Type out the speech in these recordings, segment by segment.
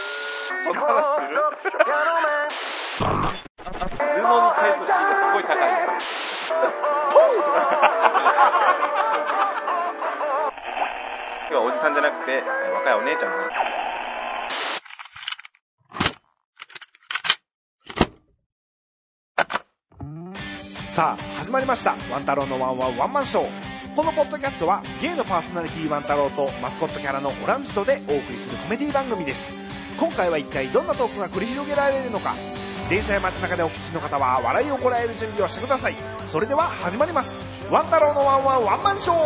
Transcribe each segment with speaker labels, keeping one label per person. Speaker 1: そんな話する頭脳に耐えるシーンがすごい高いんですよ。今日はおじさんじゃなくて、若いお姉ちゃんです。
Speaker 2: さあ始まりました「ワン太郎のワンワンワンマンショー」このポッドキャストはゲイのパーソナリティワン太郎とマスコットキャラのオランジとでお送りするコメディ番組です今回は一体どんなトークが繰り広げられるのか電車や街中でお聞きの方は笑いをこらえる準備をしてくださいそれでは始まります「ワン太郎のワンワンワンマンショー」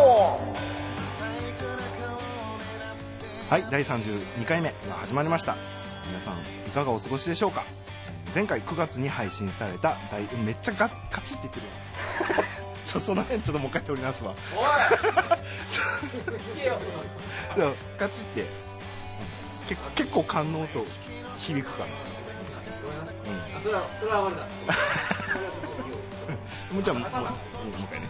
Speaker 2: はい第32回目が始まりました皆さんいかがお過ごしでしょうか前回9月に配信された大めっちゃガカチって言ってる よちょその辺ちょっともう一回取り直すわおいガチって結結構感能と響くかな、
Speaker 3: それは、それは悪だ。
Speaker 2: うん、 もうじゃあもうもうもう一回ね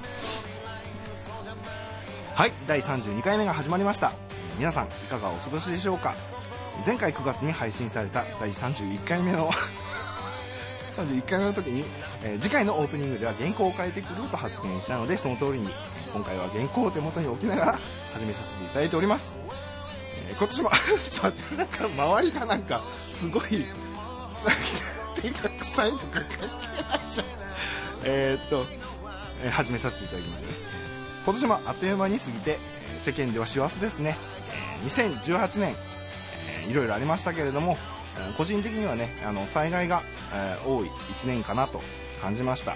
Speaker 2: はい第32回目が始まりました皆さんいかがお過ごしでしょうか前回9月に配信された第31回目の 31回目の時に、えー次回のオープニングでは原稿を変えてくると発言したのでその通りに今回は原稿を手元に置きながら始めさせていただいております、えー今年も ちょっと待ってなんか周りがなんかすごいなんか手が臭いとか関係ないじゃんえーっと、えー始めさせていただきますね今年もあっという間に過ぎてえー世間では師走ですね、えー2018年えーいろいろありましたけれどもえー個人的にはねあの災害が、えー多い1年かなと感じました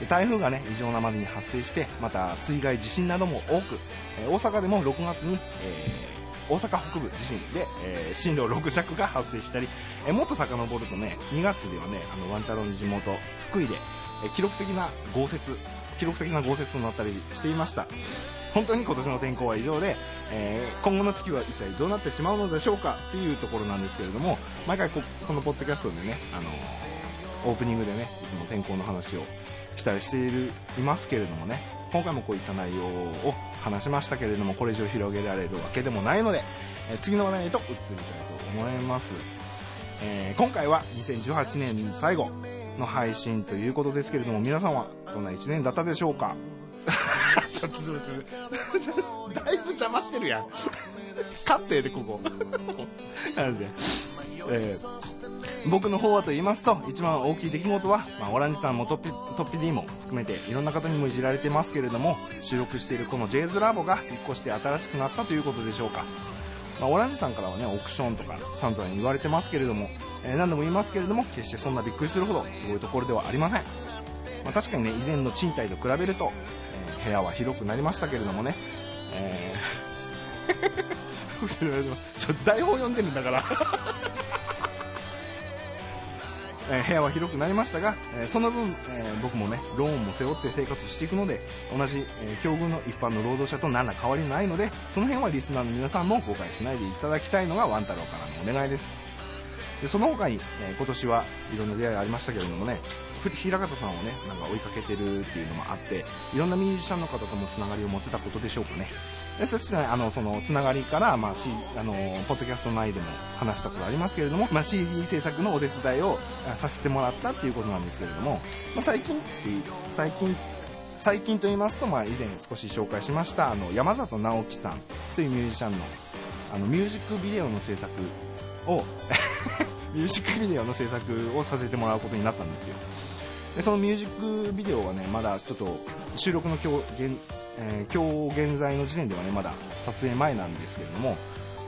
Speaker 2: で台風がね異常なまでに発生してまた水害地震なども多く、えー大阪でも6月に、えー大阪北部地震で、えー震度6弱が発生したり、えーもっと遡るとね2月ではねあのワン太郎の地元福井で、えー記録的な豪雪記録的な豪雪となったりしていました本当に今年の天候は異常で、えー今後の地球は一体どうなってしまうのでしょうかっていうところなんですけれども毎回ここのポッドキャストでね、あのーオープニングでねいつも天候の話をしたりしているいますけれどもね今回もこういった内容を話しましたけれどもこれ以上広げられるわけでもないので、えー次の話題へと移りたいと思います、えー今回は2018年最後の配信ということですけれども皆さんはどんな1年だったでしょうか ちょっとちょっとちょっとだいぶ邪魔して るやん勝ってでここ なんで、 えー僕の方はと言いますと一番大きい出来事は、まあ、オランジさんもトッピトッピ D も含めていろんな方にもいじられてますけれども収録しているこの j ズラボが引っ越して新しくなったということでしょうか、まあ、オランジさんからはねオークションとか散々言われてますけれども、えー何度も言いますけれども決してそんなびっくりするほどすごいところではありませんまあ、確かにね以前の賃貸と比べると、えー部屋は広くなりましたけれどもね、え ーちょっと台本読んでるんだからえー部屋は広くなりましたが、えーその分、えー僕もねローンも背負って生活していくので同じ、えー境遇の一般の労働者と何ら変わりないのでその辺はリスナーの皆さんも誤解しないでいただきたいのがワン太郎からのお願いですでその他に、えー今年はいろんな出会いがありましたけれどもねふ平方さんをねなんか追いかけてるっていうのもあっていろんなミュージシャンの方ともつながりを持ってたことでしょうかねでそして、ね、あのそのつながりから、まあ、C あのポッドキャスト内でも話したことありますけれども、まあ、CD 制作のお手伝いをあさせてもらったっていうことなんですけれども、まあ、最近っていう最近最近と言いますと、まあ、以前少し紹介しましたあの山里直樹さんというミュージシャンのあのミュージックビデオの制作を ミュージックビデオの制作をさせてもらうことになったんですよでそのミュージックビデオはねまだちょっと収録の今日現,、えー今日現在の時点ではねまだ撮影前なんですけれども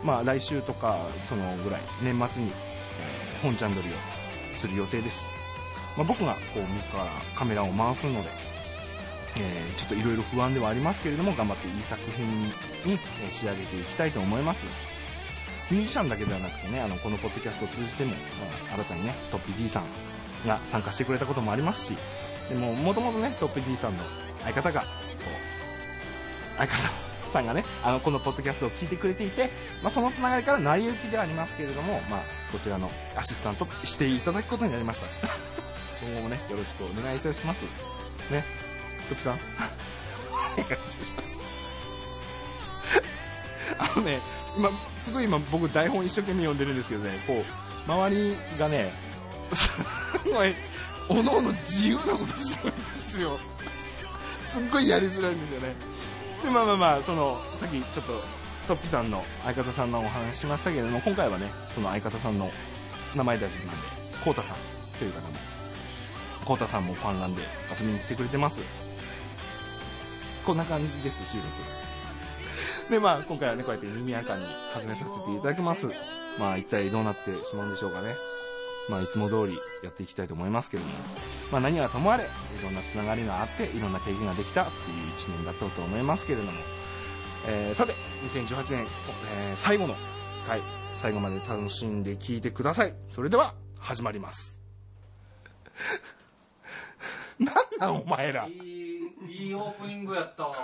Speaker 2: まあ来週とかそのぐらい年末に、えー本ちゃん撮りをする予定です、まあ、僕がこう自らカメラを回すのでえーちょっといろいろ不安ではありますけれども頑張っていい作品にえー仕上げていきたいと思いますミュージシャンだけではなくてねあのこのポッドキャストを通じても、まあ新たにねトッピ D さんが参加してくれたこともありますしでももともとねトッピ D さんの相方がこう相方さんがねあのこのポッドキャストを聞いてくれていて、まあ、そのつながりから成り行きではありますけれども、まあ、こちらのアシスタントしていただくことになりました 今後もねよろしくお願いいたしますねトッピさんお願いしますあのね今すごい今僕台本一生懸命読んでるんですけどねこう周りがね すごいおのおの自由なことするんですよすっごいやりづらいんですよねでまあまあまあそのさっきちょっとトッピさんの相方さんのお話しましたけれども今回はねその相方さんの名前出しなんでコウタさんという方もコウタさんもファンランで遊びに来てくれてますこんな感じです収録 でまあ今回はねこうやって耳垢に始めさせていただきますまあ一体どうなってしまうんでしょうかねまあいつも通りやっていきたいと思いますけれどもまあ何はともあれいろんなつながりがあっていろんな経験ができたっていう一年だったと思いますけれども、えーさて2018年、えー最後の回最後まで楽しんで聞いてくださいそれでは始まりますなんなんお前ら
Speaker 3: いい、いいオープニングやったわ。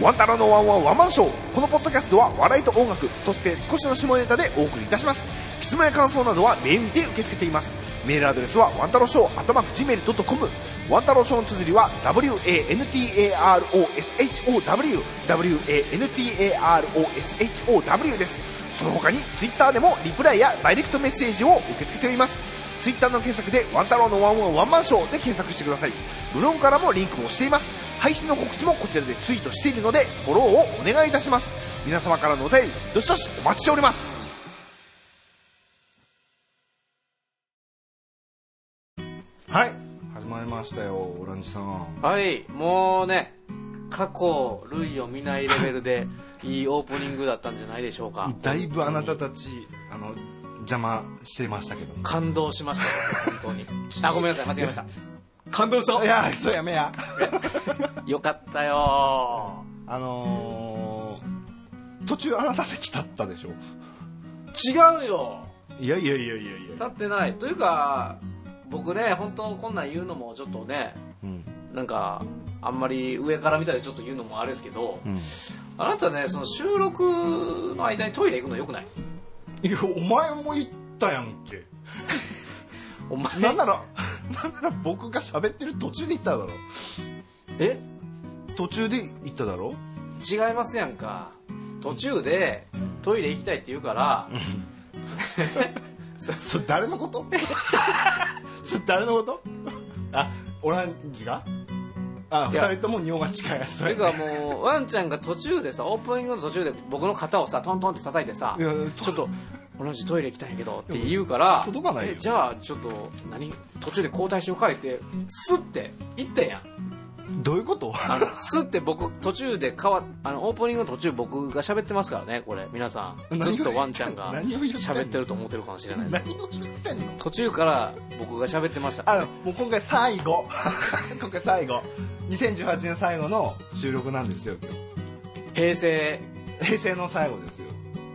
Speaker 2: ワンタロのワンワンワンマンショー。このポッドキャストは笑いと音楽、そして少しの下ネタでお送りいたします。質問や感想などはメールにて受け付けています。メールアドレスはワンタロショー、頭くじめる .com。ワンタロショーの綴りは WANTAROSHOW、WANTAROSHOW です。その他にツイッターでもリプライやダイレクトメッセージを受け付けております。ツイッターの検索で「ワンタロウのワンワンワンマンショー」で検索してくださいブログからもリンクをしています配信の告知もこちらでツイートしているのでフォローをお願いいたします皆様からのお便りどしどしお待ちしておりますはい始まりましたよオランジさん
Speaker 3: はい、もうね、過去、類を見ないレベルで、いいオープニングだったんじゃないでしょうか。
Speaker 2: だいぶあなた
Speaker 3: 本当に
Speaker 2: たちあの邪魔してましたけど
Speaker 3: 感動しました、本当に。 あ、ごめんなさい、間違えました。 感動した
Speaker 2: いやそうやめや
Speaker 3: よかったよ
Speaker 2: あのー、途中あなた席立ったでしょ
Speaker 3: 違うよ
Speaker 2: いやいやいやいやい
Speaker 3: 立
Speaker 2: や、
Speaker 3: ってない。というか、僕ね、本当こんなん言うのもちょっとね、
Speaker 2: うん
Speaker 3: なんか、あんまり上から見たりちょっと言うのもあれですけど、
Speaker 2: うん、
Speaker 3: あなたね、その収録の間にトイレ行くのよくない
Speaker 2: いやお前も言ったやんけ
Speaker 3: お前
Speaker 2: なんなら なんなら僕が喋ってる途中で行っただろ
Speaker 3: え
Speaker 2: 途中で行っただろ
Speaker 3: 違いますやんか途中でトイレ行きたいって言うから
Speaker 2: それ誰のこと それ誰のことあオランジがあ
Speaker 3: いや
Speaker 2: 二人とも尿が近いやつ
Speaker 3: ていうかもうワンちゃんが途中でさオープニングの途中で僕の肩をさトントンって叩いてさ
Speaker 2: いや
Speaker 3: ちょっと同じトイレ行きたいんやけどって言うから
Speaker 2: でも届かないよ
Speaker 3: えじゃあちょっと何途中で交代しようか言ってスッて行ったやん
Speaker 2: どういうこと
Speaker 3: あのスッて僕途中で変わあのオープニングの途中僕が喋ってますからねこれ皆さんず
Speaker 2: 何を言ってん
Speaker 3: っとワンちゃんが
Speaker 2: 何を言ってんの
Speaker 3: 喋ってると思ってるかもしれないです
Speaker 2: 何を言ってんの
Speaker 3: 途中から僕が喋ってました
Speaker 2: あのもう今回最後 今回最後2018年最後の収録なんですよ
Speaker 3: 平成
Speaker 2: 平成の最後ですよ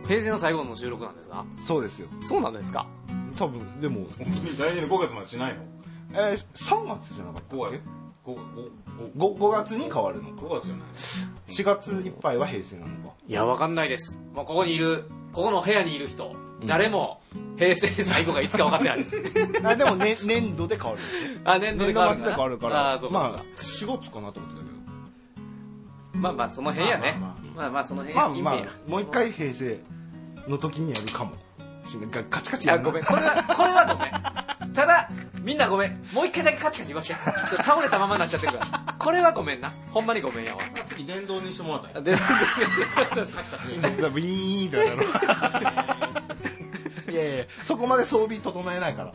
Speaker 3: 平成の最後の収録なんですか
Speaker 2: そうですよ
Speaker 3: そうなんですか
Speaker 2: 多分でも
Speaker 1: 本当に 来年の5月までしないの
Speaker 2: えー、3月じゃなかったっ
Speaker 1: ?5
Speaker 2: け
Speaker 1: 月 5, 5,
Speaker 2: 5, 5月に変わるのか
Speaker 1: 月じゃない
Speaker 2: 4月いっぱいは平成なのか
Speaker 3: いやわかんないですもうここにいるここの部屋にいる人、誰も平成最後がいつか分かってないです
Speaker 2: あで も、ね、年度で変わる
Speaker 3: あ年度で
Speaker 2: 年
Speaker 3: 変
Speaker 2: 度
Speaker 3: わる
Speaker 2: 末
Speaker 3: んだ
Speaker 2: で
Speaker 3: な
Speaker 2: 変わるから
Speaker 3: あーそうか
Speaker 2: まあ
Speaker 3: そうか
Speaker 2: 4月かなと思ってたけど
Speaker 3: まあまあその辺やね
Speaker 2: ま
Speaker 3: ま
Speaker 2: あ
Speaker 3: あまあその辺
Speaker 2: ま
Speaker 3: や
Speaker 2: あ
Speaker 3: 近
Speaker 2: ま
Speaker 3: 辺や
Speaker 2: あもう一回平成の時にやるかもしれないカチカチ
Speaker 3: い
Speaker 2: や
Speaker 3: や
Speaker 2: る
Speaker 3: ごめんこれはこれはごめんただみんなごめんもう一回だけカチカチ言わしてちょっと倒れたままになっちゃってるからこれはごめんなほんまにごめんやわ
Speaker 1: 次電動にしてもらったんや
Speaker 3: で
Speaker 2: ウィーンってなるいやいやそこまで装備整えないから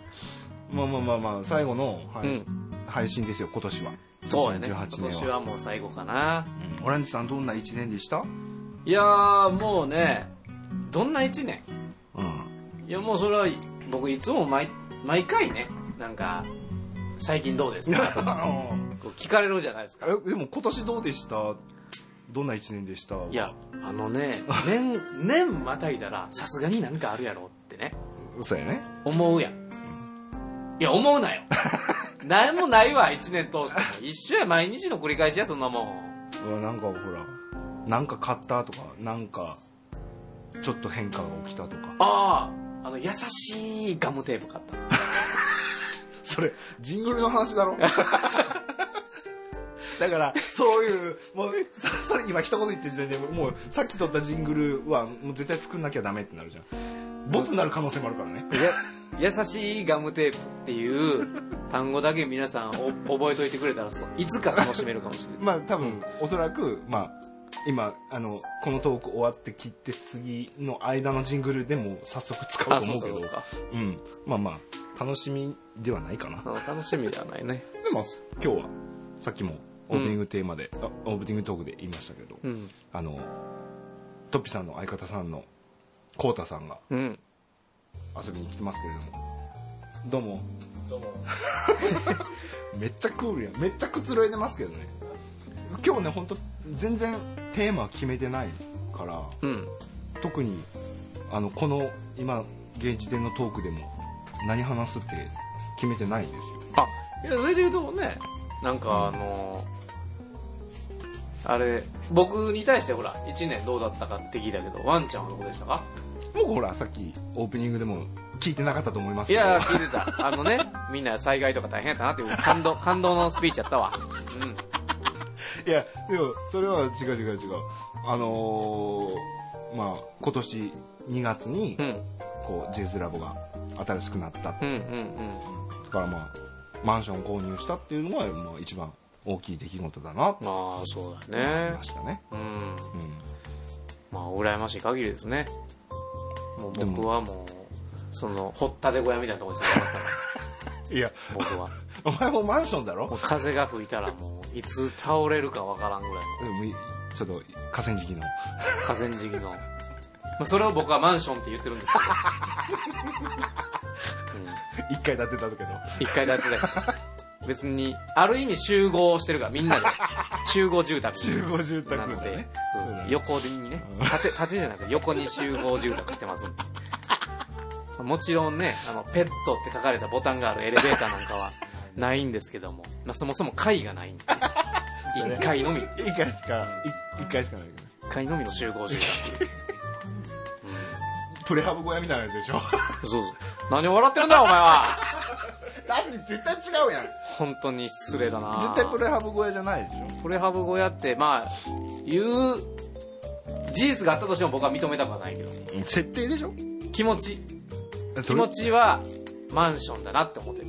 Speaker 2: まあまあまあまあ最後の配,、
Speaker 3: うん
Speaker 2: 配信ですよ今年は
Speaker 3: そうやね今
Speaker 2: 2018年は
Speaker 3: 年はもう最後かな
Speaker 2: うんオランジさんどんな1年でした
Speaker 3: いやーもうねどんな1年
Speaker 2: うん
Speaker 3: いやもうそれは僕いつも毎毎回ねなんか「最近どうです か?」とかこう聞かれるじゃないですか
Speaker 2: えでも今年どうでしたどんな1年でした
Speaker 3: いやあの ね年年またいだらさすがになんかあるやろってね
Speaker 2: そうやね
Speaker 3: 思うやんいや思う なよ何もないわ1年通しても一緒や毎日の繰り返しやそんなもん
Speaker 2: うわなんかほらなんか買ったとかなんかちょっと変化が起きたとか
Speaker 3: あああの優しいガムテープ買った
Speaker 2: それジングルの話だろだから、そういう、もう、そそれ今一言言ってる時点で、もう、さっき撮ったジングルは、もう絶対作んなきゃダメってなるじゃん。ボツになる可能性もあるからね。
Speaker 3: や優しいガムテープっていう単語だけ皆さんお覚えといてくれたらそういつか楽しめるかもしれない
Speaker 2: まあ多分、おそらく、まあ、今、あの、このトーク終わって切って次の間のジングルでも早速使うと思うけど、
Speaker 3: か
Speaker 2: うん。まあまあ、楽しみではないかな。
Speaker 3: あ楽しみではないね
Speaker 2: でも、今日は、さっきもオープニングテーマで、あオープニングトークで言いましたけど、
Speaker 3: うん
Speaker 2: あの、トッピさんの相方さんの、コウタさんが
Speaker 3: うん
Speaker 2: 遊びに来てますけれども、どうも。
Speaker 4: どうも。
Speaker 2: めっちゃクールやん。めっちゃくつろいでますけどね。今日ね、ほんと、全然テーマ決めてないから、
Speaker 3: うん
Speaker 2: 特にあのこの今現時点のトークでも何話すって決めてないんですよ
Speaker 3: あいやそれで言うとねなんかあのあれ僕に対してほら1年どうだったかって聞いたけどワンちゃんはどこでしたか
Speaker 2: 僕ほらさっきオープニングでも聞いてなかったと思います
Speaker 3: い
Speaker 2: けど
Speaker 3: やー聞いてたあのね みんな災害とか大変やったなっていう感 動感動のスピーチやったわうん
Speaker 2: いやでもそれは違う違う違うあのーまあ今年2月に
Speaker 3: うん
Speaker 2: こう JS ラボが新しくなった
Speaker 3: うんうん
Speaker 2: からまあマンション購入したっていうのがまあ一番大きい出来事だな
Speaker 3: う
Speaker 2: と
Speaker 3: んまあそうだ
Speaker 2: 思い
Speaker 3: ね
Speaker 2: ましたね、
Speaker 3: うん
Speaker 2: うん、
Speaker 3: まあ羨ましい限りですねもう
Speaker 2: でも
Speaker 3: 僕はもうその掘ったて小屋みたいなところに住んでますから
Speaker 2: いや
Speaker 3: 僕は
Speaker 2: お前もマンションだろ
Speaker 3: もう風が吹いたらもういつ倒れるかわからんぐらいの
Speaker 2: でもちょっと河川敷の
Speaker 3: 河川敷の、まあ、それを僕はマンションって言ってるん ですけ
Speaker 2: 1階建てたけど
Speaker 3: ど、うん、1階建てだから別にある意味集合してるからみんなで集合住宅
Speaker 2: 集合住宅
Speaker 3: なの
Speaker 2: だ
Speaker 3: で、
Speaker 2: ね
Speaker 3: そう
Speaker 2: そうだね
Speaker 3: 横にね縦縦じゃなくて横に集合住宅してますんで もちろんねあのペットって書かれたボタンがあるエレベーターなんかは ないんですけども、まあ、そもそも階が ないんで1階のみ
Speaker 2: 一回しか一一回しかないけど
Speaker 3: 1階のみの集合住宅
Speaker 2: プレハブ小屋みたいなやつでしょ
Speaker 3: そうそう何を笑ってるんだお前は
Speaker 2: だって絶対違うやん
Speaker 3: 本当に失礼だな
Speaker 2: 絶対プレハブ小屋じゃないでしょ
Speaker 3: プレハブ小屋ってまあ言う事実があったとしても僕は認めたくはないけど
Speaker 2: 設定でしょ
Speaker 3: 気持ち気
Speaker 2: それ
Speaker 3: 持ちはマンションだなって思ってる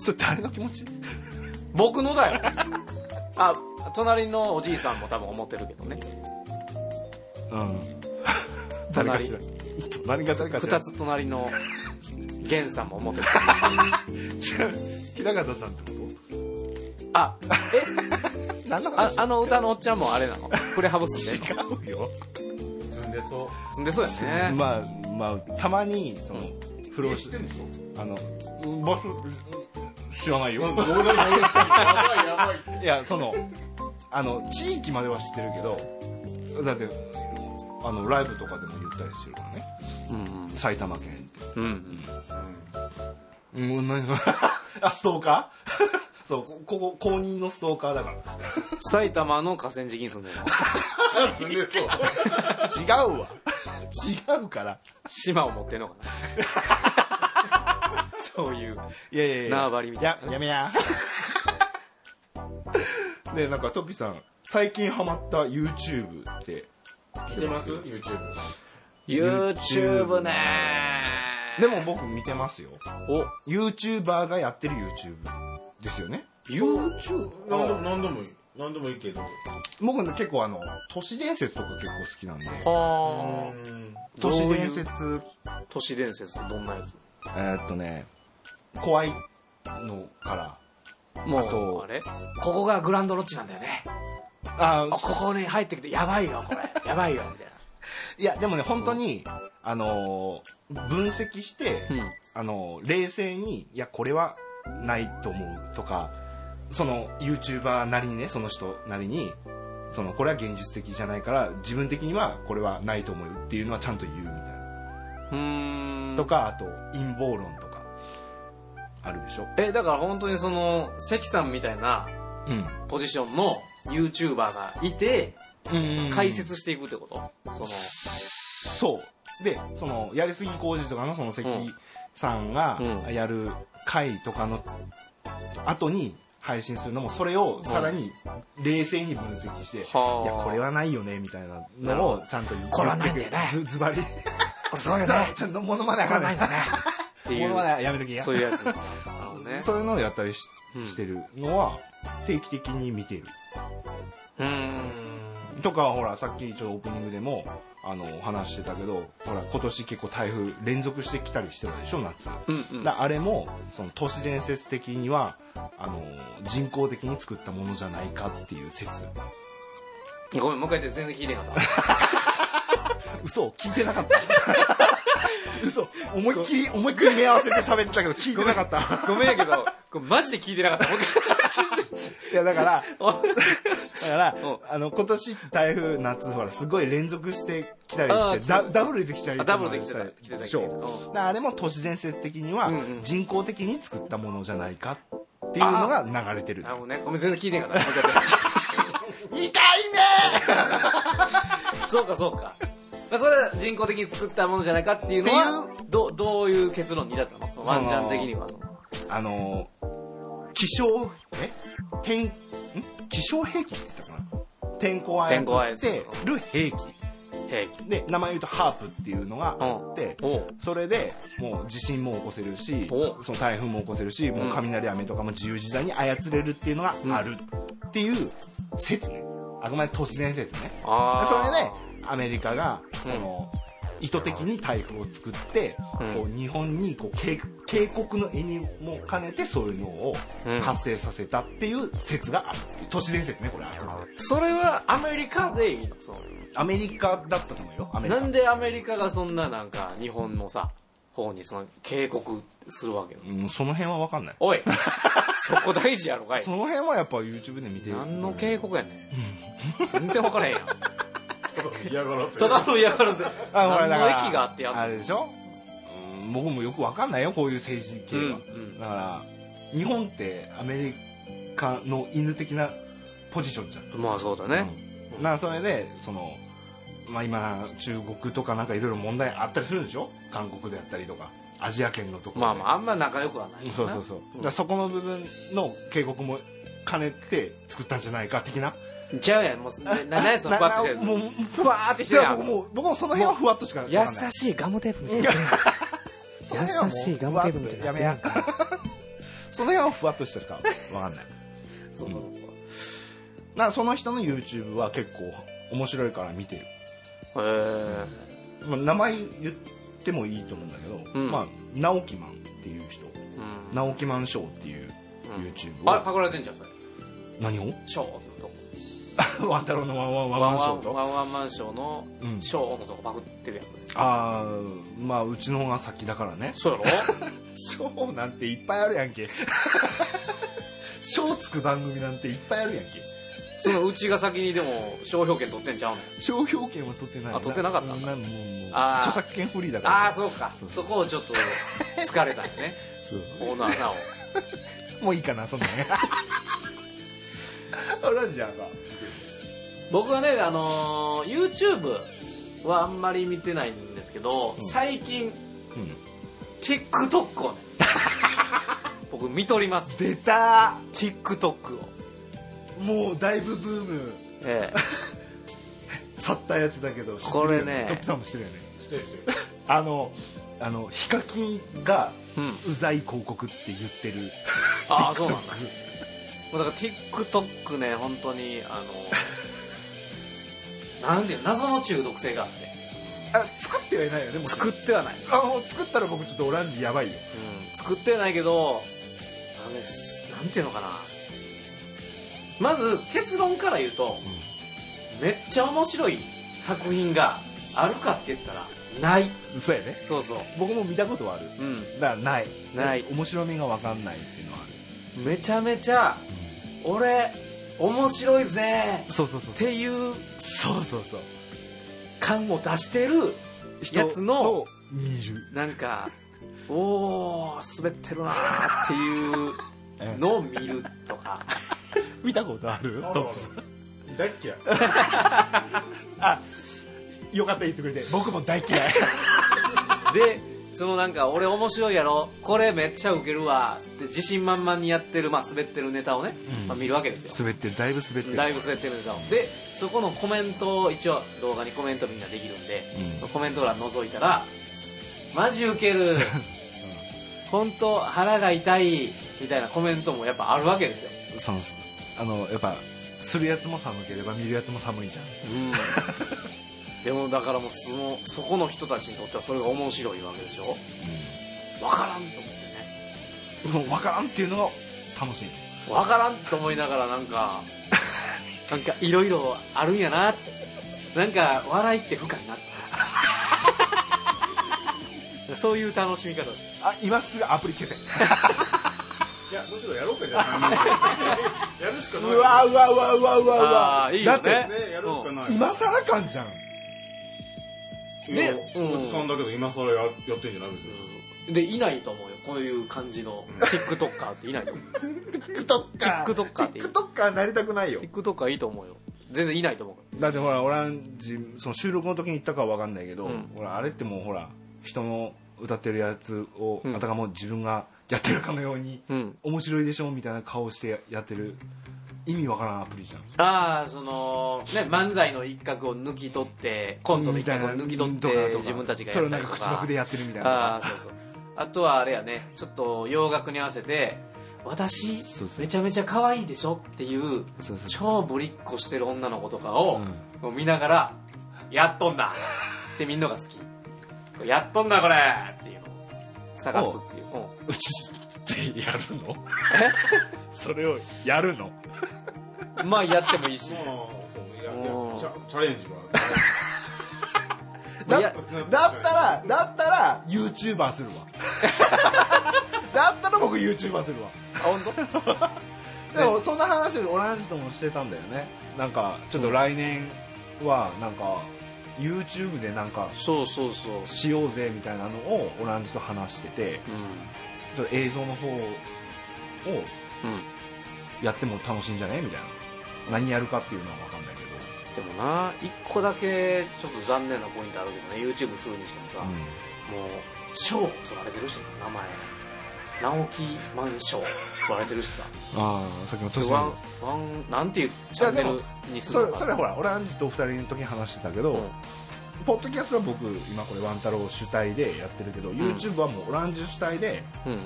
Speaker 2: それ誰の気持ち
Speaker 3: 僕のだよあ隣のおじいさんも多分思ってるけどね
Speaker 2: うん誰かしら隣が誰かしら
Speaker 3: 2つ隣の源さんも思ってる
Speaker 2: 違う平方さんってこ
Speaker 3: あ
Speaker 2: と何の
Speaker 3: えあ
Speaker 2: 話
Speaker 3: あの歌のおっちゃんもあれなのプレハブ住んでんの
Speaker 2: 違うよ
Speaker 4: 住んでそう。
Speaker 3: 住んでそうやね、
Speaker 2: まあまあたまにその不老し
Speaker 4: 知ってんでしょ
Speaker 2: あのボス知らないよ
Speaker 4: やばいやばい。
Speaker 2: いやそのあの地域までは知ってるけどだってあのライブとかでも言ったりしてるからね
Speaker 3: うん
Speaker 2: 埼玉県
Speaker 3: うんうん
Speaker 2: ってもう何それ あストーカー そうここ公認のストーカーだか
Speaker 3: 埼玉の河川敷に住んでるの
Speaker 4: 住んでそう。
Speaker 2: ら違うわ違うから
Speaker 3: 島を持ってんのかなそういう
Speaker 2: いやいやいや
Speaker 3: 縄張りみたいな
Speaker 2: ややめ やでなんかトピさん最近ハマった YouTube って
Speaker 4: 見てます ?YouTube。
Speaker 3: YouTube ね
Speaker 2: でも僕見てますよ
Speaker 3: お
Speaker 2: YouTuber がやってる YouTube ですよね
Speaker 3: YouTube?
Speaker 4: 何でも何でもいい。何でもいいけど。
Speaker 2: 僕ね結構あの都市伝説とか結構好きなんで
Speaker 3: はあ
Speaker 4: うん。
Speaker 2: 都市伝
Speaker 3: どういう
Speaker 2: 説
Speaker 3: 都市伝説どんなやつ
Speaker 2: えーっとね怖いのから
Speaker 3: もう
Speaker 2: あと
Speaker 3: あれここがグランドロッチなんだよね
Speaker 2: あ
Speaker 3: ここに入ってきてやばいよこれやばいよみたい
Speaker 2: いやでもね本当に、あのー分析して、
Speaker 3: なうん
Speaker 2: あのー冷静にいやこれはないと思うとかその YouTuber なりにねその人なりにそのこれは現実的じゃないから自分的にはこれはないと思うっていうのはちゃんと言うみたいな、
Speaker 3: うーん
Speaker 2: とかあと陰謀論とかあるでしょ
Speaker 3: えだから本当にその関さんみたいな
Speaker 2: うん
Speaker 3: ポジションの YouTuber がいて解
Speaker 2: 解説
Speaker 3: 説していくってこと、その
Speaker 2: そうでそのやりすぎ工事とかのその関
Speaker 3: うん
Speaker 2: さんが
Speaker 3: うん
Speaker 2: やる会とかの後に配信するのも、それをさらに冷静に分析して、いや、
Speaker 3: はあ
Speaker 2: これはないよね、みたいなのをちゃんと言ってくる。
Speaker 3: これはないんだよね
Speaker 2: ずズバリ。
Speaker 3: これすごいよね
Speaker 2: ちょっと物まねあ
Speaker 3: これ
Speaker 2: かんない
Speaker 3: な
Speaker 2: い
Speaker 3: ん。だねっていう
Speaker 2: 物まねやめときや。
Speaker 3: そういうやつなるほどね
Speaker 2: そういうのをやったりし
Speaker 3: うん
Speaker 2: してるのは、定期的に見てる。
Speaker 3: うーん
Speaker 2: とか、ほら、さっきちょっとオープニングでも、あの、話してたけど、ほら、今年結構台風連続してきたりしてるでしょ、夏。
Speaker 3: うんうん
Speaker 2: だあれも、その都市伝説的には、あの、人工的に作ったものじゃないかっていう説。
Speaker 3: ごめんもう一回言って全然聞いてなかった
Speaker 2: 嘘聞いてなかった。 嘘思いっきり、思いっきり目合わせて喋ってたけど、聞いてなかった。
Speaker 3: ごめんやけど、これマジで聞いてなかった。もう一
Speaker 2: いや、だから、
Speaker 3: 回
Speaker 2: だから
Speaker 3: うん、
Speaker 2: あの、今年台風夏、ほら、すごい連続してきたり
Speaker 3: あ
Speaker 2: し
Speaker 3: ー
Speaker 2: て、
Speaker 3: 来
Speaker 2: ダ
Speaker 3: た
Speaker 2: ダブルできたり
Speaker 3: あダブルできてた。来てた。
Speaker 2: で
Speaker 3: 来
Speaker 2: しょ。
Speaker 3: て
Speaker 2: だからあれも都市伝説的には
Speaker 3: うんうん
Speaker 2: 人工的に作ったものじゃないかっていうのが流れてる
Speaker 3: たなるほどね。ごめん、全然聞いてなかった。もう一回や
Speaker 2: 痛いね
Speaker 3: って そうか、そうか。まあそれは人工的に作ったものじゃないかっていうのは
Speaker 2: って、
Speaker 3: どどういう結論に至ったのワンちゃん的には。
Speaker 2: あのー気象え天ん気象兵器って言ったかな天候を
Speaker 3: 天候を操
Speaker 2: 操
Speaker 3: る
Speaker 2: ってる兵器
Speaker 3: 平気。
Speaker 2: で名前言うとハープっていうのがあって、
Speaker 3: おう
Speaker 2: それでもう地震も起こせるし
Speaker 3: お
Speaker 2: その台風も起こせるしもう雷雨とかも自由自在に操れるっていうのがあるっていう説ねあくまで都市伝説ね
Speaker 3: あ
Speaker 2: それで、
Speaker 3: ね
Speaker 2: アメリカが、その、意図的に台風を作って、
Speaker 3: うん
Speaker 2: こう日本にこう警警告の意味も兼ねてそういうのを
Speaker 3: うん
Speaker 2: 発生させたっていう説があるっていう都市伝説ね、これあくまで。
Speaker 3: それはアメリカでいいのその
Speaker 2: アメリカだったと思うよ、アメリ
Speaker 3: な
Speaker 2: カ。
Speaker 3: んでアメリカがそんななんか日本のさ、方にその警告するわけ
Speaker 2: うんその辺はわかんない。
Speaker 3: お いそこ大事やろかい
Speaker 2: そ。の辺はやっぱ YouTube で見てる。
Speaker 3: 何の警告やねん。全然分からへんやん。
Speaker 4: 嫌がらせ。
Speaker 3: ただの嫌がらせ。
Speaker 2: あ、ほら、
Speaker 3: 何
Speaker 2: だ
Speaker 3: の
Speaker 2: から。
Speaker 3: 駅があってやんの
Speaker 2: あれでしょうん僕もよくわかんないよ、こういう政治系は。
Speaker 3: うんうん
Speaker 2: だから、日本ってアメリカの犬的なポジションじゃん。
Speaker 3: まあそうだね。
Speaker 2: うんなそれでその、まあ、今中国とかなんかいろいろ問題あったりするんでしょ韓国であったりとかアジア圏のところ
Speaker 3: まあまあ、あんま仲良くはない
Speaker 2: うん
Speaker 3: な。
Speaker 2: そうそうそう、
Speaker 3: うん
Speaker 2: だからそこの部分の警告も兼ねて作ったんじゃないか的な
Speaker 3: ちゃうやん、もう、ななんやそのふわってして
Speaker 2: もう
Speaker 3: る。ふわーってして
Speaker 2: い
Speaker 3: るや
Speaker 2: や
Speaker 3: ん。
Speaker 2: 僕もう僕もその辺はふわっとしかわかんない
Speaker 3: 優しいガムテープみたいな。
Speaker 2: その辺はもう
Speaker 5: 優しいガムテープみたいにな
Speaker 2: や
Speaker 5: って
Speaker 2: め
Speaker 5: るや
Speaker 2: や
Speaker 5: ん
Speaker 2: その辺はふわっとしたしかわかんない
Speaker 3: そうそうそう
Speaker 2: だからその人の YouTube は結構面白いから見てる
Speaker 3: へー
Speaker 2: まあ、名前言ってもいいと思うんだけど、
Speaker 3: うん
Speaker 2: まあ、直木マンっていう人、
Speaker 3: うん
Speaker 2: 直木マンショーっていう
Speaker 3: うん
Speaker 2: YouTube を、
Speaker 3: あ、パクられてんじゃん、それ。
Speaker 2: 何を
Speaker 3: ショーのとこ。
Speaker 2: ワンタロウのワンワンワン
Speaker 3: ワ
Speaker 2: マ
Speaker 3: ン
Speaker 2: ンシ
Speaker 3: ワ
Speaker 2: ョ
Speaker 3: ン
Speaker 2: ーと。
Speaker 3: ワンワンマンショーの
Speaker 2: うん
Speaker 3: ショーのとこパクってるやつ。
Speaker 2: あー、まあ、うちの方が先だからね。
Speaker 3: そうやろ
Speaker 2: ショーなんていっぱいあるやんけ。ショーつく番組なんていっぱいあるやんけ。
Speaker 3: そのうちが先にでも商標権取ってんちゃうの
Speaker 2: 商標権は取ってない。
Speaker 3: あ取ってなかったんだ
Speaker 2: なもうもう
Speaker 3: あー
Speaker 2: 著作権フリーだから。
Speaker 3: ああ、そうか。そこをちょっと疲れたよね。
Speaker 2: そう
Speaker 3: オーナーさんを。
Speaker 2: もういいかな、そんなね。 あラジアが。
Speaker 3: 僕はね、あのー YouTube はあんまり見てないんですけど、
Speaker 2: うん
Speaker 3: 最近
Speaker 2: うん。
Speaker 3: TikTok をね僕見とります
Speaker 2: 出た
Speaker 3: TikTok を
Speaker 2: ーもうだいぶブーム。
Speaker 3: ええ
Speaker 2: 去ったやつだけど
Speaker 3: これね
Speaker 2: トップさんも知ってるよね
Speaker 4: してして
Speaker 2: あのあのヒカキンが
Speaker 3: うん
Speaker 2: うざい広告って言ってる
Speaker 3: ああそう なんだもうだから TikTok ね本当にあのなんていうの謎の中毒性があって
Speaker 2: あ作ってはいないよねもう
Speaker 3: 作ってはない、
Speaker 2: あもう作ったら僕ちょっとオランジやばいよ
Speaker 3: うん、作ってはないけどあれすなんていうのかなまず結論から言うと、めっちゃ面白い作品があるかって言ったらない
Speaker 2: そうやね
Speaker 3: そうそう
Speaker 2: 僕も見たことはある
Speaker 3: うん
Speaker 2: だからない
Speaker 3: ない
Speaker 2: 面白みが分かんないっていうのはあ
Speaker 3: めちゃめちゃ俺面白いぜ
Speaker 2: るそうそうそう
Speaker 3: っていう
Speaker 2: そうそうそう
Speaker 3: 感を出してるやつの
Speaker 2: 人を見る
Speaker 3: なんかおー滑ってるなーっていうのを見るとか
Speaker 2: 見たことある
Speaker 4: あ
Speaker 2: ト
Speaker 4: る
Speaker 2: ップさん
Speaker 4: ある大っ嫌い。
Speaker 2: あよかった言ってくれて僕も大嫌い
Speaker 3: でそのなんか俺面白いやろこれめっちゃウケるわって自信満々にやってる、まあ、滑ってるネタをね、
Speaker 2: うん
Speaker 3: まあ、見るわけですよ
Speaker 2: 滑ってるだいぶ滑ってる
Speaker 3: だいぶ滑ってるネタをでそこのコメントを一応動画にコメントみんなできるんで、
Speaker 2: うん
Speaker 3: コメント欄覗いたらマジウ ケる本当腹が痛いみたいなコメントもやっぱあるわけですよ、
Speaker 2: そのあのやっぱするやつも寒ければ見るやつも寒いじゃん
Speaker 3: でもだからもうそのそこの人たちにとってはそれが面白いわけでしょ分からんと思ってね
Speaker 2: うん、その分からんっていうのが楽しい
Speaker 3: わからんと思いながらなんかなんかいろいろあるんやななんか笑いって深いなっ てそういう楽しみ方
Speaker 2: あ今すぐアプリ消せ
Speaker 4: いや、むしろやろうかじゃあ。やるしかない。
Speaker 2: うわうわうわうわうわうわ
Speaker 3: あーいいよね
Speaker 2: だって
Speaker 4: ね、やるしかない。
Speaker 2: 今更感じゃん
Speaker 4: いや
Speaker 3: ねうん
Speaker 4: おじさんだけど、今更ややってんじゃないですよ。
Speaker 3: でいないと思うよこういう感じの TikToker っていないと思う
Speaker 2: TikToker
Speaker 3: TikToker っている
Speaker 2: TikToker になりたくないよ
Speaker 3: TikToker いいと思うよ全然いないと思う
Speaker 2: だってほらオランジその収録の時に言ったかは分かんないけど、
Speaker 3: うん
Speaker 2: ほらあれってもうほら人の歌ってるやつを、
Speaker 3: うん
Speaker 2: あたかも自分がやってるかのように、
Speaker 3: うん
Speaker 2: 面白いでしょみたいな顔してやってる意味わからんアプリじゃん
Speaker 3: ああそのね漫才の一角を抜き取ってコントの一角を抜き取っ
Speaker 2: とかと
Speaker 3: て
Speaker 2: か
Speaker 3: 自分たちが
Speaker 2: それ
Speaker 3: やっ
Speaker 2: をな
Speaker 3: た
Speaker 2: ん
Speaker 3: り
Speaker 2: か
Speaker 3: と
Speaker 2: 口
Speaker 3: か
Speaker 2: パクでやってるみたい
Speaker 3: ああ
Speaker 2: な
Speaker 3: ーそうそうあとはあれやねちょっと洋楽に合わせて「私
Speaker 2: そうそう
Speaker 3: めちゃめちゃ可愛いでしょ」っていう
Speaker 2: そうそう
Speaker 3: 超ぶりっ子してる女の子とか を
Speaker 2: う
Speaker 3: もう見ながら「やっとんだ!」ってみんなが好き「やっとんだこれ!」っていうのを探すっていううん
Speaker 2: うちってやるの それをやるの
Speaker 3: まあやってもいいし
Speaker 4: まあ、そう、いや、い
Speaker 3: うん
Speaker 4: やチャチャレンジは。
Speaker 2: だ
Speaker 3: いや
Speaker 2: だったらだったら YouTuber するわだったら僕 YouTuber するわ
Speaker 3: あ本当
Speaker 2: でもそんな話オランジともしてたんだよねなんかちょっと来年はなんか YouTube でなんか
Speaker 3: そうそうそう
Speaker 2: しようぜみたいなのをオランジと話してて
Speaker 3: う
Speaker 2: ちょっと映像の方を
Speaker 3: んうん
Speaker 2: やっても楽しいんじゃねみたいな何やるかっていうのは分かんないけど
Speaker 3: でもな一個だけちょっと残念なポイントあるけどね YouTube するにしてもさ、もう賞取られてるし名前直木万賞取られてるしさ
Speaker 2: ああさっきの年
Speaker 3: ワンワンなんていうチャンネルにす
Speaker 2: そ
Speaker 3: る
Speaker 2: れ
Speaker 3: の
Speaker 2: そ
Speaker 3: か
Speaker 2: れはほらオランジとお二人の時に話してたけど、
Speaker 3: うん
Speaker 2: ポッドキャストは僕今これワン太郎主体でやってるけど、YouTube はもうオランジ主体で
Speaker 3: うんうん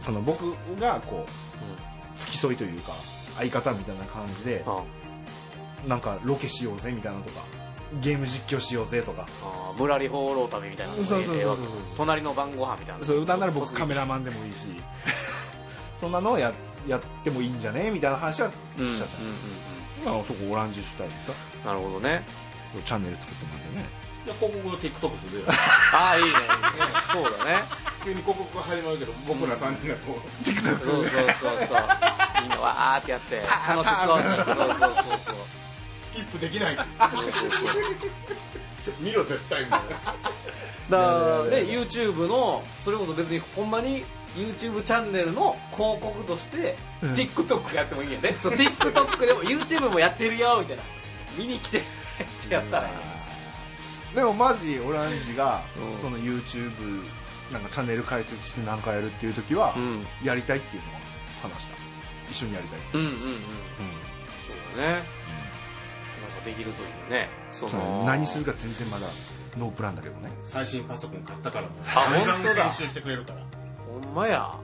Speaker 2: その僕がこう付き添いというか相方みたいな感じで
Speaker 3: ああ
Speaker 2: なんかロケしようぜみたいなのとかゲーム実況しようぜとか
Speaker 3: ああぶらり放浪旅みたいなの
Speaker 2: そうそうそうそう
Speaker 3: ええわけ隣の晩ご飯みたいな
Speaker 2: そうなんなら僕カメラ
Speaker 3: ン
Speaker 2: マンでもいいし そんなのをややってもいいんじゃねみたいな話は
Speaker 3: うんうんうん
Speaker 2: したじゃん、今のとこオランジ主体でさ
Speaker 3: うんなるほどね
Speaker 2: チャンネル作ってもらってね
Speaker 4: いや、広告の TikTok するで。
Speaker 3: ああいいねいいねそうだね
Speaker 4: 急に広告が始まるけど、僕ら3人がこう、
Speaker 3: そうそうそうそうみんなわーってやって楽し そうにそうそうそうそう
Speaker 4: スキップできない。
Speaker 3: そうそうそう
Speaker 4: 見ろ、絶対みたいな。
Speaker 3: だからで YouTube のそれこそ別にほんまに YouTube チャンネルの広告として、TikTok やってもいいんやねそう TikTok でも YouTube もやってるよみたいな見に来てってやったら
Speaker 2: でもマジオランジが
Speaker 3: うん
Speaker 2: その YouTube なんかチャンネル開設して何かやるっていう時は
Speaker 3: ん
Speaker 2: やりたいっていうのは話した一緒にやりたい、
Speaker 3: うんうんうん
Speaker 2: う
Speaker 3: そうだねなんかできるといいよねそ
Speaker 2: ん
Speaker 3: の
Speaker 2: 何するか全然まだノープランだけどね
Speaker 4: 最新パソコン買ったからもう
Speaker 3: あ本当だ
Speaker 4: 編集してくれるから
Speaker 3: ほんまや、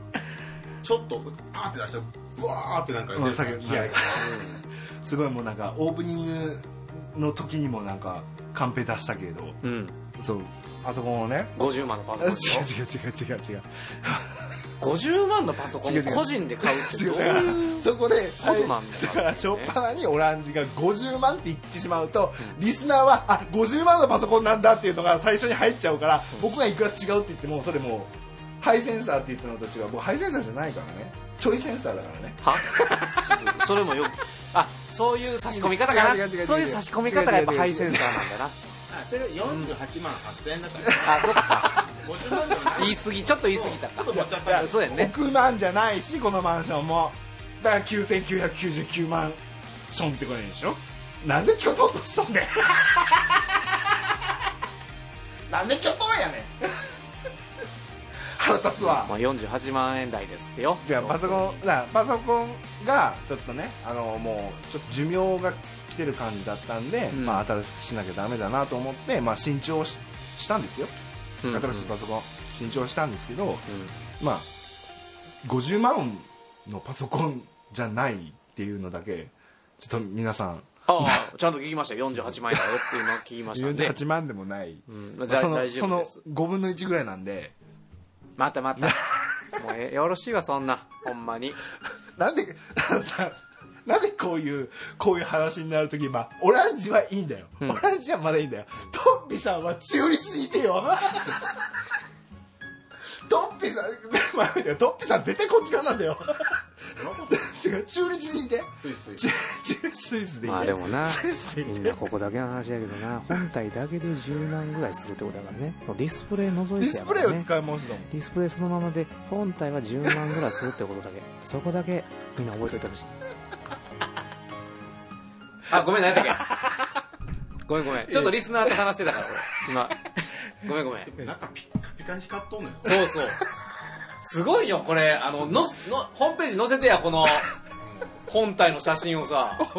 Speaker 4: ちょっとパーって出してブワーってなんか
Speaker 2: うんさっき
Speaker 4: いやいや
Speaker 2: すごいもうなんかオープニングの時にもなんかカンペ出したけれど
Speaker 3: うん、うん、
Speaker 2: そうパソコンをね
Speaker 3: 50万のパソ
Speaker 2: あ
Speaker 3: コ
Speaker 2: 違
Speaker 3: ンでしょ
Speaker 2: う違う違う違 う違う
Speaker 3: 50万のパソコン
Speaker 2: 違
Speaker 3: を
Speaker 2: う違う
Speaker 3: 個人で買うって
Speaker 2: 違
Speaker 3: ど
Speaker 2: う
Speaker 3: う
Speaker 2: だから
Speaker 3: いう
Speaker 2: そこで
Speaker 3: ことなんだ
Speaker 2: だ から初っ端にオランジが50万って言ってしまうと、
Speaker 3: う
Speaker 2: リスナーはあ50万のパソコンなんだっていうのが最初に入っちゃうから、僕がいくら違うって言ってもそれもうハイセンサーって言ったのと違う僕ハイセンサーじゃないからねちょいセンサーだからね
Speaker 3: は ちょっとそれもよくあそういう差し込み方か
Speaker 2: 違う違う違う違
Speaker 3: な
Speaker 2: う
Speaker 3: そういう差し込み方がやっぱハイセンサーなんだな
Speaker 4: あそれ48万8000円だから
Speaker 3: あそっか
Speaker 4: 50万じゃない
Speaker 3: 言い過ぎちょっと言い過ぎた
Speaker 4: ちょっと持っちゃった
Speaker 3: そうやね
Speaker 2: 億万じゃないしこのマンションもだから9999万ションってことでしょなんでキョトンとし とんねんなんでキョトンやねん腹立つわ
Speaker 3: まあ、48万円台ですってよ
Speaker 2: じゃあパソコンなパソコンがちょっとねあのもうちょっと寿命が来てる感じだったんで、
Speaker 3: うん
Speaker 2: まあ、新しくしなきゃダメだなと思って、まあ、新調ししたんですよ
Speaker 3: うんうん
Speaker 2: 新しいパソコン、新調したんですけど、まあ、50万のパソコンじゃないっていうのだけちょっと皆さん
Speaker 3: ああちゃんと聞きました48万円だよっていうのを聞きましたんで、
Speaker 2: 18万でもない、
Speaker 3: うん、じゃあ
Speaker 2: その
Speaker 3: 大丈
Speaker 2: そ
Speaker 3: 夫
Speaker 2: の
Speaker 3: です
Speaker 2: 5分の1ぐらいなんで
Speaker 3: またまたもうえよろしいわそんなほんまに
Speaker 2: なんで なんでこういうこういう話になるとき、まあ、オランジはいいんだよ、
Speaker 3: うん
Speaker 2: オランジはまだいいんだよトンピさんは中立すぎてよ トンピさん、まあ、トンピさん絶対こっち側なんだよ 違う中立すぎて
Speaker 4: ついつい
Speaker 2: 中中スイスでいい
Speaker 3: まあでもな
Speaker 2: スイスでいい
Speaker 3: みんなここだけの話だけどな本体だけで10万ぐらいするってことだからねディスプレイ除い
Speaker 2: デ
Speaker 3: て
Speaker 2: ィス
Speaker 3: やか
Speaker 2: プ
Speaker 3: ら
Speaker 2: レイを
Speaker 3: ね
Speaker 2: 使い回すだもん
Speaker 3: ディスプレイそのままで本体は10万ぐらいするってことだけ そこだけみんな覚えておいてほしい あごめん何だっけごめんごめんちょっとリスナーと話してたから俺今ごめんごめん
Speaker 4: 中ピッカピカに光っとんのよ
Speaker 3: そうそうすごいよこれあのののホームページ載せてやこ の本体の写真をさこ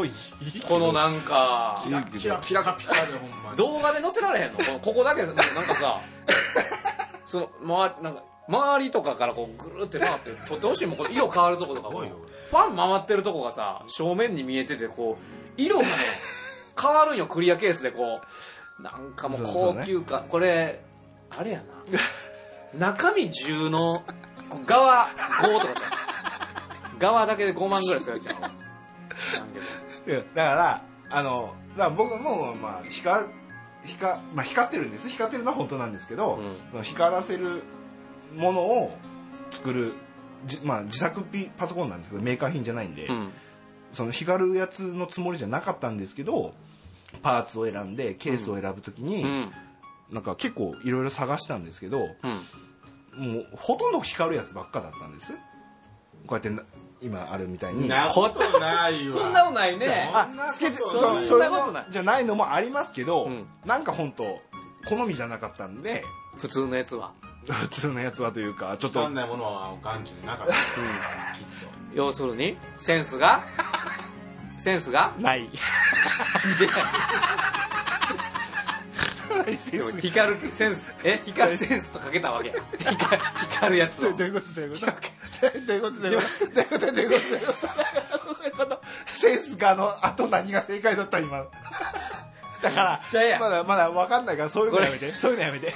Speaker 3: のなんか
Speaker 4: キラキラキラカピカでほんまに
Speaker 3: 動画で載せられへんのこのここだけなんか さその周りなんか周りとかからこうぐるって回って撮ってほしいもんこの色変わるとことか
Speaker 4: す
Speaker 3: も
Speaker 4: ごいよ
Speaker 3: ファン回ってるとこがさ正面に見えててこう色がね変わるんよクリアケースでこうなんかもう高級感、これあれやな中身10のこう側5とかじゃん側だけで5万ぐらいするじゃんなんけど
Speaker 2: うんだからあのだから僕もまあ光光,、まあ、光ってるんです光ってるのは本当なんですけど、光らせるものを作るじまあ、自作ピパソコンなんですけどメーカー品じゃないんで、
Speaker 3: うん
Speaker 2: その光るやつのつもりじゃなかったんですけどパーツを選んでケースを選ぶときに、
Speaker 3: うん
Speaker 2: なんか結構いろいろ探したんですけど、
Speaker 3: うん
Speaker 2: もうほとんど光るやつばっかだったんですこうやってな今あるみたいに
Speaker 4: なことないわ
Speaker 3: そんなことないね
Speaker 2: あスケッチ
Speaker 4: そ
Speaker 2: そ
Speaker 4: んな
Speaker 2: う
Speaker 3: ことない
Speaker 2: そ
Speaker 3: そん
Speaker 2: れ
Speaker 3: なこと
Speaker 2: の
Speaker 3: ない
Speaker 2: じゃないのもありますけど、
Speaker 3: うん
Speaker 2: なんか本当好みじゃなかったんで
Speaker 3: 普通のやつは
Speaker 2: 普通のやつはというかちょっ
Speaker 4: わか
Speaker 2: と
Speaker 4: んないものは眼中になかった、きっ
Speaker 3: 要するにセンスがセンスが
Speaker 2: ないないです
Speaker 3: で光るセンスえ光るセンスとかけたわけ光光るやつを
Speaker 2: どういうことどういうことどういうことどういうことどういうことどういうことどういうことセンスがあのあと何が正解だった今だか
Speaker 3: じゃあ
Speaker 2: ら
Speaker 3: や
Speaker 2: まだまだ分かんないからそういうの
Speaker 3: これ
Speaker 2: やめてそういうのやめて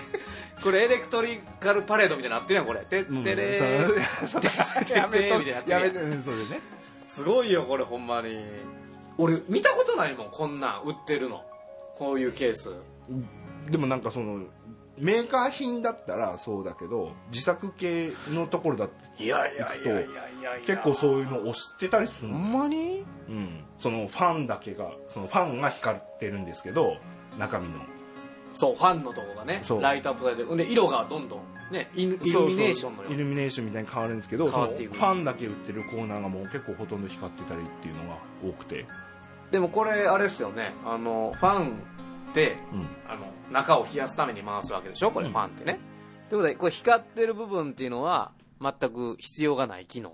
Speaker 3: これエレクトリカルパレードみたいになってるやんこれてってれー
Speaker 2: そうそうやめ
Speaker 3: みたいになっててる
Speaker 2: や
Speaker 3: やん
Speaker 2: めてうんそうですね
Speaker 3: すごいよこれほんまに俺見たことないもんこんなん売ってるのこういうケース
Speaker 2: でもなんかそのメーカー品だったらそうだけど自作系のところだと
Speaker 3: いやい
Speaker 2: やいやいや
Speaker 3: いや
Speaker 2: 結構そういうのを知ってたりする
Speaker 3: ほ
Speaker 2: の、
Speaker 3: んまに
Speaker 2: うん、そのファンだけがそのファンが光ってるんですけど中身の
Speaker 3: そうファンのとこがね
Speaker 2: そう
Speaker 3: ライトアップされてほんで色がどんどんねイルイルミネーションの
Speaker 2: そううそう
Speaker 3: よ
Speaker 2: イ
Speaker 3: に
Speaker 2: ルミネーションみたいに変わるんですけど
Speaker 3: 変わっていく
Speaker 2: そのファンだけ売ってるコーナーがもう結構ほとんど光ってたりっていうのが多くて、
Speaker 3: でもこれあれですよねあのファンってあの中を冷やすために回すわけでしょこれ
Speaker 2: うん
Speaker 3: ファンってね、ということでこれ光ってる部分っていうのは全く必要がない機能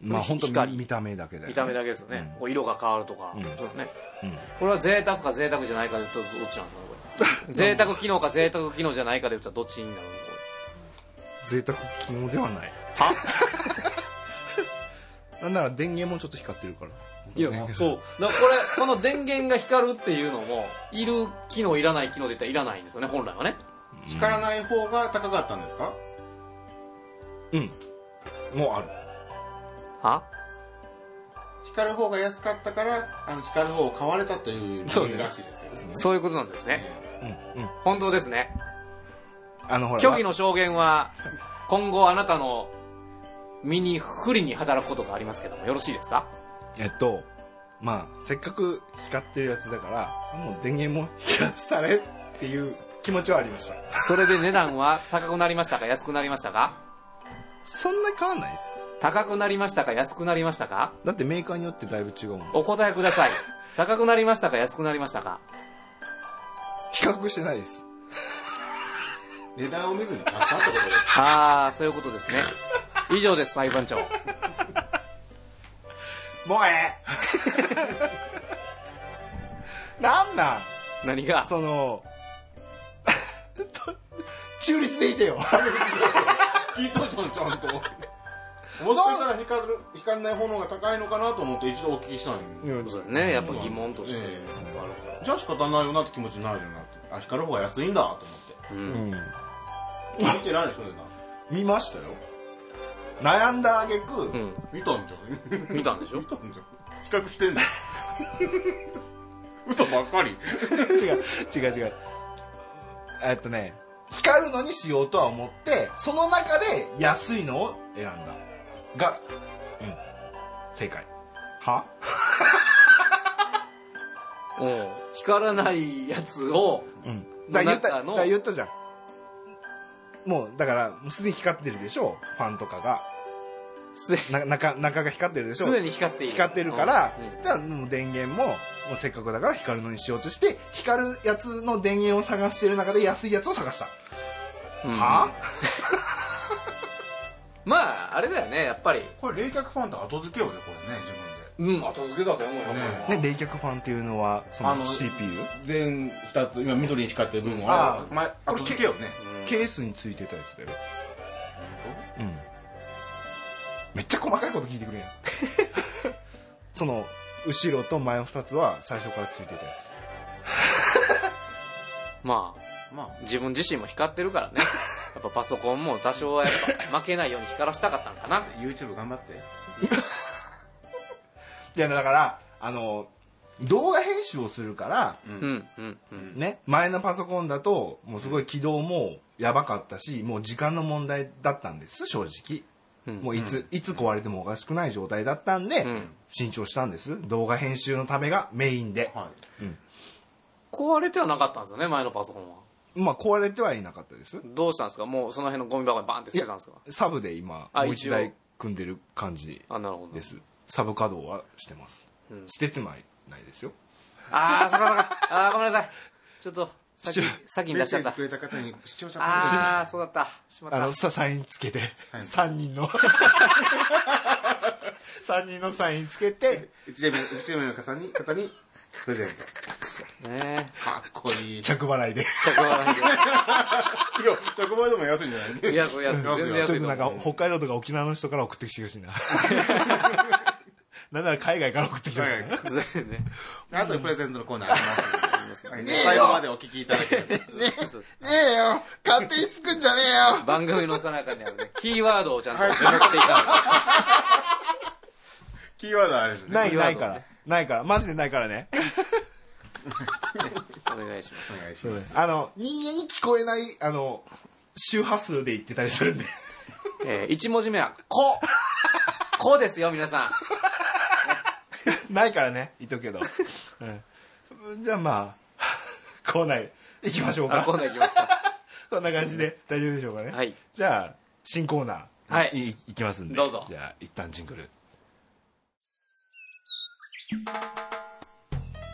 Speaker 2: まあ本当
Speaker 3: 光
Speaker 2: に見た目だけで
Speaker 3: 見た目だけですよね、
Speaker 2: うん
Speaker 3: こう色が変わるとか、
Speaker 2: うん
Speaker 3: そうね
Speaker 2: うん
Speaker 3: これは贅沢か贅沢じゃないかで言うとどっちなんですかねこ れ贅沢機能か贅沢機能じゃないかで言うとどっちになるのこ
Speaker 2: 贅沢機能ではない
Speaker 3: は
Speaker 2: なんなら電源もちょっと光ってるから
Speaker 3: れいやそうだからこれこの電源が光るっていうのもいる機能いらない機能で言ったらいらないんですよね本来はね
Speaker 4: と光らない方が高かったんですか
Speaker 2: うんもうある
Speaker 3: は
Speaker 4: 光る方が安かったからあの光る方を買われたという理由らしいですよ
Speaker 3: そういうことなんですね
Speaker 2: うんうん
Speaker 3: 本当ですね
Speaker 2: あのほら
Speaker 3: 虚偽の証言は今後あなたの身に不利に働くことがありますけどもよろしいですか
Speaker 2: えっとまあせっかく光ってるやつだからもう電源も光らされっていう気持ちはありました
Speaker 3: それで値段は高くなりましたか安くなりましたか
Speaker 2: そんな変わんないです
Speaker 3: 高くなりましたか安くなりましたか
Speaker 2: だってメーカーによってだいぶ違うもん
Speaker 3: お答えください高くなりましたか安くなりましたか
Speaker 2: 比較してないです
Speaker 4: 値段を見ずに買ったってことです。
Speaker 3: ああ、そういうことですね。以上です、裁判長。
Speaker 2: もうええ なんなん
Speaker 3: 何が
Speaker 2: その、 中立でいてよ。
Speaker 4: きっとちょんちょんと。もしかしたら光る、光らない方の方が高いのかなと思って一度お聞きしたいのに。
Speaker 3: そうだね、やっぱ疑問として。
Speaker 4: ええじゃあ仕方ないよなって気持ちになるよなって。あ、光る方が安いんだと
Speaker 3: う。
Speaker 2: うんん
Speaker 4: 思って。見てないでしょ、値段。
Speaker 2: 見ましたよ。悩んだ挙句、
Speaker 3: うん。
Speaker 4: 見たんじゃん。
Speaker 3: 見たんでしょ
Speaker 4: 見たんじゃん。比較してんだよ。 嘘ばっかり。
Speaker 2: 違う違う違うえっとね光るのにしようとは思ってその中で安いのを選んだがうん正解は
Speaker 3: うん。光らないやつを、
Speaker 2: うんだから言った
Speaker 3: 中の
Speaker 2: だから言ったじゃんもうだからすでに光ってるでしょファンとかが
Speaker 3: すで、
Speaker 2: な中中が光ってるでしょ
Speaker 3: すでに光っている。
Speaker 2: 光ってるから、
Speaker 3: うん
Speaker 2: じゃあもう電源ももうせっかくだから光るのにしようとして光るやつの電源を探してる中で安いやつを探した、
Speaker 3: うん
Speaker 2: は
Speaker 3: まあ、あれだよね、やっぱり。
Speaker 4: これ冷却ファンって後付けよね、これね、自分で。
Speaker 3: うん、後付けだと思うよ。
Speaker 4: ね
Speaker 2: ね、冷却ファンっていうのはその
Speaker 4: あの
Speaker 2: CPU
Speaker 4: 全二つ、今緑に光ってる部分
Speaker 2: あ
Speaker 4: は、
Speaker 2: ー
Speaker 4: 前、
Speaker 2: こ
Speaker 4: こ
Speaker 2: れ
Speaker 4: れ聞けよね。
Speaker 3: うん
Speaker 2: ケースについてたやつだようんめっちゃ細かいこと聞いてく れんやんその後ろと前の2つは最初からついてたやつ
Speaker 3: まあ。
Speaker 4: まあ、
Speaker 3: 自分自身も光ってる からねやっぱパソコンも多少はやっぱ負けないように光らしたかったんかな
Speaker 4: YouTube 頑張って。
Speaker 2: いやだからあの動画編集をするから
Speaker 4: う
Speaker 3: う。んうんうん
Speaker 2: ね前のパソコンだともうすごい起動もやばかったしもう時間の問題だったんです正直
Speaker 3: うん
Speaker 2: もういつ、いつ壊れてもおかしくない状態だったんで、
Speaker 3: うん
Speaker 2: 新調したんです動画編集のためがメインで、
Speaker 4: は
Speaker 3: 壊れてはなかったんですよね前のパソコンは
Speaker 2: まあ壊れてはいなかったです
Speaker 3: どうしたんですかもうその辺のゴミ箱にバーンって捨てたんですか
Speaker 2: サブで今
Speaker 3: あ
Speaker 2: もう一
Speaker 3: 一応
Speaker 2: 台組んでる感じ
Speaker 3: あなるほど
Speaker 2: ですサブ稼働はしてます、
Speaker 3: うん
Speaker 2: 捨ててないないですよ
Speaker 3: ああそらそらああごめんなさいちょっと先
Speaker 2: し
Speaker 3: 先
Speaker 4: い。
Speaker 3: に
Speaker 4: メ
Speaker 3: 出
Speaker 4: ッ
Speaker 3: しち
Speaker 4: セ
Speaker 3: ゃ
Speaker 4: ー
Speaker 3: っ
Speaker 4: ジ
Speaker 3: た
Speaker 4: くれた 方に視聴者
Speaker 3: ああそうだったしまっ
Speaker 2: あ
Speaker 3: た
Speaker 2: のさサインつけて、
Speaker 4: はい
Speaker 2: 3人 の3人のサインつけて
Speaker 4: 一名、一名の方に、方に、プレゼン ト。
Speaker 3: ねえ
Speaker 4: かっこいい。いや、
Speaker 2: 着払いで
Speaker 3: 着払わない
Speaker 4: 直売でも安いんじゃない
Speaker 3: でいやそういやそう全然
Speaker 2: ちょ
Speaker 3: 安
Speaker 2: っ
Speaker 3: い
Speaker 2: と
Speaker 3: と
Speaker 2: なんか
Speaker 3: 思う
Speaker 2: 北海道とか沖縄の人から送ってきてほしい ななんなら海外から送ってきてほしいな
Speaker 3: 全然ね
Speaker 4: あとでプレゼントのコーナーありますので。 はい最後までお聞きいただければ。
Speaker 3: そう
Speaker 2: ねえよ勝手につくんじゃねえよ
Speaker 3: 番組のさなかにあるねキーワードをちゃんと拾っていかないと
Speaker 4: キーワードあるんですね。
Speaker 2: ない
Speaker 3: キーワ
Speaker 2: な
Speaker 3: ー
Speaker 2: い
Speaker 3: ドね
Speaker 2: からないからマジでないからね
Speaker 3: お願いします
Speaker 4: お願いします。
Speaker 2: あの人間に聞こえないあの周波数で言ってたりするんで
Speaker 3: えー、1文字目は「こ」「こ」ですよ皆さん
Speaker 2: ないからね、言っとくけど。うんじゃあ まあ、コーナー行きましょう
Speaker 3: あ
Speaker 2: か。
Speaker 3: コーナーいきますか
Speaker 2: こんな感じで大丈夫でしょうかね。
Speaker 3: はい
Speaker 2: じゃあ、新コーナー、
Speaker 3: はい
Speaker 2: いいきますんで。
Speaker 3: どうぞ
Speaker 2: じゃあ、一旦ジングル。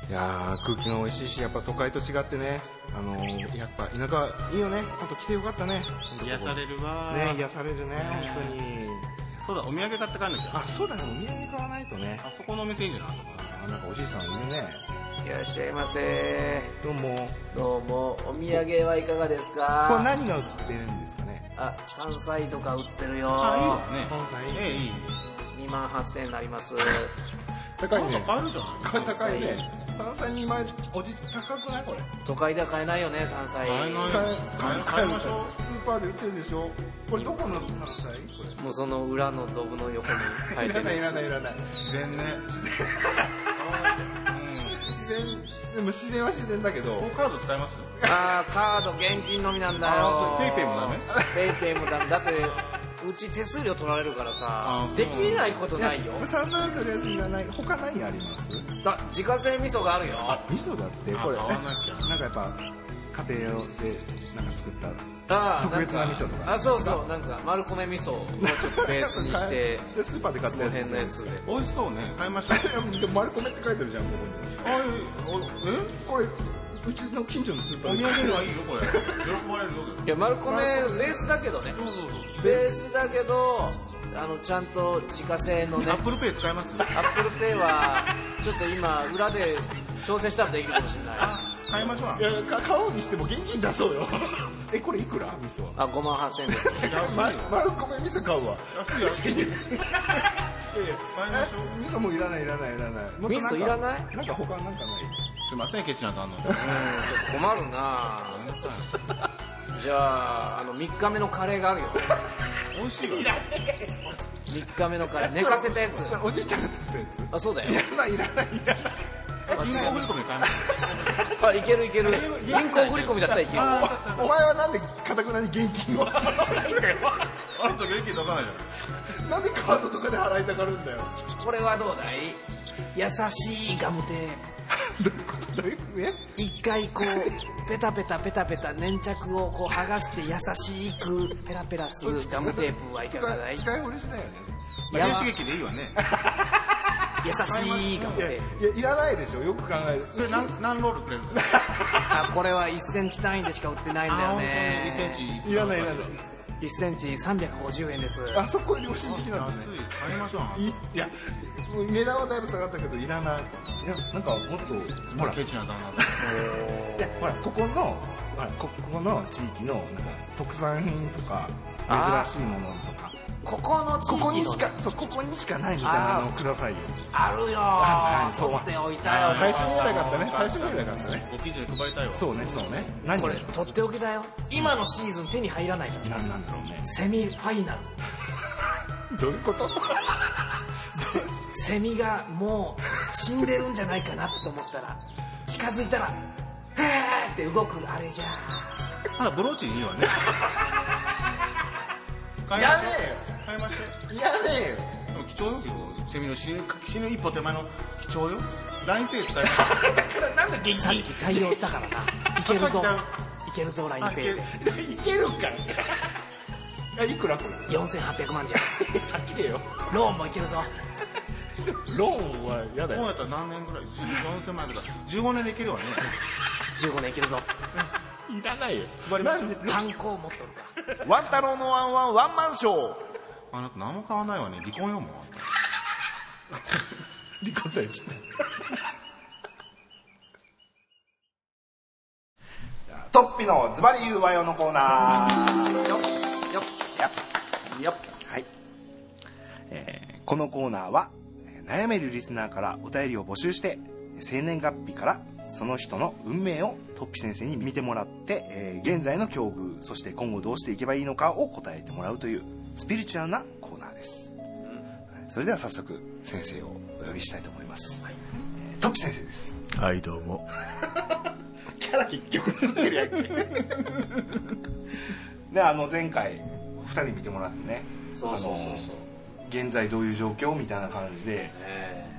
Speaker 2: いやー空気が美味しいし、やっぱ都会と違ってね、あのーやっぱ田舎いいよね。ちょっと来てよかったね。
Speaker 4: 癒されるわ
Speaker 2: ね、癒されるね、本当に。
Speaker 4: そうだ、お土産買って帰んなきゃ。
Speaker 2: あ、そうだね、お土産買わないとね。
Speaker 4: あそこのお店いいんじゃないあそこ。
Speaker 2: あなんかおじいさんいるね。
Speaker 3: いらっしゃいませ
Speaker 2: どうも。
Speaker 3: どうもお土産はいかがです
Speaker 2: これ
Speaker 3: か
Speaker 2: 何が売ってるんですかね
Speaker 3: あ山菜とか売ってるよ
Speaker 4: いいよね。ええ、いい。
Speaker 3: 2万8000円になります
Speaker 2: 高
Speaker 4: 今度買えるじゃない
Speaker 2: これ高いね山菜2枚おじ高くないこれ
Speaker 3: 都会では買えないよね山菜
Speaker 4: 買えない
Speaker 2: 買え
Speaker 4: 買える
Speaker 2: 買
Speaker 4: 買
Speaker 2: え
Speaker 4: い
Speaker 2: る
Speaker 4: ましょう。
Speaker 2: スーパーで売ってるでしょこれどこの山菜こ
Speaker 3: もうその裏のドブの横に生
Speaker 2: れい
Speaker 3: えて
Speaker 2: ら
Speaker 3: る
Speaker 2: ないい
Speaker 3: や
Speaker 2: ら
Speaker 3: つ
Speaker 2: ないいらない
Speaker 4: 自然ね。
Speaker 2: 自然でも自然は自然だけど
Speaker 4: こうカード使います
Speaker 3: あーカード現金のみなんだ
Speaker 4: あ
Speaker 3: よ
Speaker 4: ーペイペイもダメ
Speaker 3: ペイペイもダメだってうち手数料取られるからさ
Speaker 4: あー
Speaker 3: できないことないよ
Speaker 2: や山菜はとりあえずいらない他何あります
Speaker 3: あ自家製味噌があるよ
Speaker 2: 味噌だってこれ
Speaker 4: あ買わなきゃ
Speaker 2: なんかやっぱ家庭用でなんか作った
Speaker 3: ああ
Speaker 2: 特別な味噌とか
Speaker 3: あそうそうなんか丸米味噌をちょっとベースにして
Speaker 2: それスーパーで買っ
Speaker 3: そ
Speaker 2: た
Speaker 3: の
Speaker 2: やつ
Speaker 3: 辺のやつで
Speaker 4: 美 味しそうね。買いましょう。
Speaker 2: いやでも丸米って書いてあるじゃんここに
Speaker 4: ああいう、おえ
Speaker 2: これうちの近所のスーパ
Speaker 6: お
Speaker 2: ー
Speaker 6: 土
Speaker 2: で
Speaker 6: 産にはいいよこれ喜ばれるよ
Speaker 7: いやマルコメベースだけどね
Speaker 6: そうそうそ
Speaker 3: ベースだけどあのちゃんと自家製のね
Speaker 6: うアップルペイ使えます
Speaker 3: アップルペイはちょっと今裏で調整したらできるかもしれない
Speaker 6: 買いましょうない
Speaker 2: やか買おうにしても現金出そうよ えこれいくら味噌は
Speaker 3: あ5万8000円です
Speaker 2: ま丸米味噌買うわ
Speaker 6: 安い安いいやいや買いましょう
Speaker 2: 味噌もいらないいらないいらないもっとんか
Speaker 3: 味噌いらない
Speaker 2: なんか他なんかない
Speaker 6: すいませんケチなんてあんの
Speaker 3: ちょっと困るなじゃああの3日目のカレーがあるよ
Speaker 6: 美味しいわ
Speaker 3: 3日目のカレー寝かせたやつ
Speaker 2: おじいちゃんが作ったやつ
Speaker 3: あそうだよ
Speaker 2: いらないいらないいらない
Speaker 6: 銀行振り込みで買いまし
Speaker 3: あいけるいける銀行振り込みだったらいける
Speaker 2: お前はなんでかたくなに現金を
Speaker 6: ょうあなた現金出さないじゃん
Speaker 2: なんでカードとかで払いたがるんだよ
Speaker 3: これはどうだい優しいガムテー
Speaker 2: ど
Speaker 3: プ
Speaker 2: ういうことどういうことえ
Speaker 3: 一回こうペタペタペタペタ粘着をこう剥がして優しくペラペラするガムテープはいかがだい
Speaker 2: 使い掘りしないよね
Speaker 3: やば
Speaker 6: 電子劇でいいわね
Speaker 3: 優しいガム
Speaker 2: いやい
Speaker 3: テープ
Speaker 2: やいらないでしょよく考える
Speaker 6: それ何何ロールくれる んだ
Speaker 3: あこれは1センチ単位でしか売ってないんだよね
Speaker 6: 1センチ
Speaker 2: いらないいらない
Speaker 3: 1センチ350円です
Speaker 2: あそこ良心的なんだね
Speaker 6: 安い買いましょう
Speaker 2: いいや値段はだいぶ下がったけどいらないいやなんかもっと
Speaker 6: ほ
Speaker 2: ほ
Speaker 6: ら
Speaker 2: ら
Speaker 6: ケチな旦那
Speaker 2: いやほらここのほらこここの地域のなんか特産品とか
Speaker 3: あー
Speaker 2: 珍しいものとか
Speaker 3: ここの地
Speaker 2: こ
Speaker 3: 域の
Speaker 2: こにしかそうここにしかないみたいなのをくださいよ
Speaker 3: あるよ
Speaker 2: あはいそう
Speaker 3: 取っておいたよ
Speaker 2: 最初に言えばよかったね最初に言えばよかったね
Speaker 6: ご近所に配りたいわ
Speaker 2: そうねそうね何
Speaker 3: これ取っておきだよ今のシーズン手に入らないから
Speaker 2: 何なんだろうね
Speaker 3: セミファイナル
Speaker 2: どういうこと
Speaker 3: せセミがもう死んでるんじゃないかなと思ったら近づいたら「へーって動くあれじゃ
Speaker 6: あらブローチいい わね買いましょう買いましょう
Speaker 2: いやね
Speaker 6: でも貴重よ今日セミの死ぬ死ぬ一歩手前の貴重よ LINEPay 使える
Speaker 3: さっき対応したか らないけるぞ
Speaker 6: あ
Speaker 3: いけるぞラインペイで
Speaker 2: えいけるんかいあいくらこれ
Speaker 3: 4800万じゃ
Speaker 2: 高えよ
Speaker 3: んローンもいけるぞ
Speaker 2: ローンは嫌だ
Speaker 6: こう
Speaker 2: よ
Speaker 6: やったら何年ぐらい4000万円ぐらい15年でいけるわね
Speaker 3: 15年いけるぞ
Speaker 2: いらないよ
Speaker 6: 配りましょう
Speaker 3: ハンコを持っとるか
Speaker 2: ワンタロウのワンワンワンマンショー
Speaker 6: あなた何も買わないわね離婚よもう
Speaker 2: 離婚されちゃったトッピのズバリ言うわよのコーナーよよよはい、えーこのコーナーはえー悩めるリスナーからお便りを募集して生年月日からその人の運命をトッピ先生に見てもらって、えー現在の境遇そして今後どうしていけばいいのかを答えてもらうというスピリチュアルなコーナーです、それでは早速先生をお呼びしたいと思います、えートッピ先生です
Speaker 8: はいどうも
Speaker 2: キャラ結局作ってるやんけ であの前回2人見てもらってね
Speaker 7: そうそうそうそう
Speaker 2: あの現在どういう状況みたいな感じで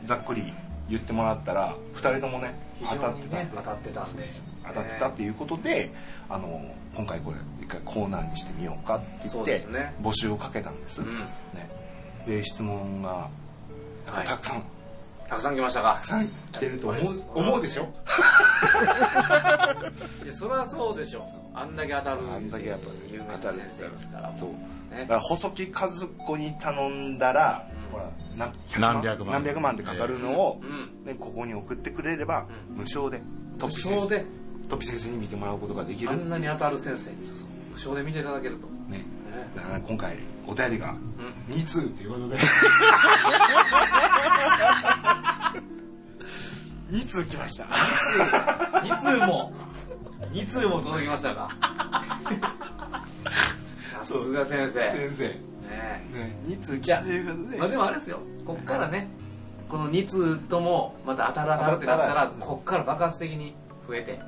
Speaker 2: ざっくり言ってもらったら2人ともね当たってたんで
Speaker 3: 当たってたんで
Speaker 2: 当たってたっていうことで、あの今回これ一回コーナーにしてみようかって言
Speaker 3: そ
Speaker 2: っ
Speaker 3: うで
Speaker 2: て
Speaker 3: すね
Speaker 2: 募集をかけたんです、
Speaker 7: ん
Speaker 2: ね、で質問がやっぱたくさん、
Speaker 7: たくさん来ましたか
Speaker 2: たくさん来てると思う思うでしょ
Speaker 7: いやそりゃそうでしょあんだけ当たる
Speaker 2: あんだけやっぱ
Speaker 7: 有名な
Speaker 2: 当た
Speaker 7: 先
Speaker 2: る
Speaker 7: 生ですから
Speaker 2: そう
Speaker 7: ね
Speaker 2: だから細木和子に頼んだら、ほらな100
Speaker 8: 何百万
Speaker 2: 何百万ってかかるのを、
Speaker 7: う
Speaker 2: ね、ここに送ってくれれば、無償でトッピ
Speaker 7: 無
Speaker 2: 先
Speaker 7: 償で
Speaker 2: 生トッピ先生に見てもらうことができ
Speaker 7: あ
Speaker 2: る、
Speaker 7: んなに当たる先生に無償で見ていただけると
Speaker 2: ね、だから今回お便りが2通っていうこ とで、2通来ました
Speaker 7: 2通も2通も届きま したかさすが先生ね
Speaker 2: 先生、ね、
Speaker 7: え
Speaker 2: 2通来たという ことで
Speaker 7: まあでもあれですよこっからねこの2通ともまた当たる当たるってなったら
Speaker 2: 当たる
Speaker 7: こっから爆発的に増えてもう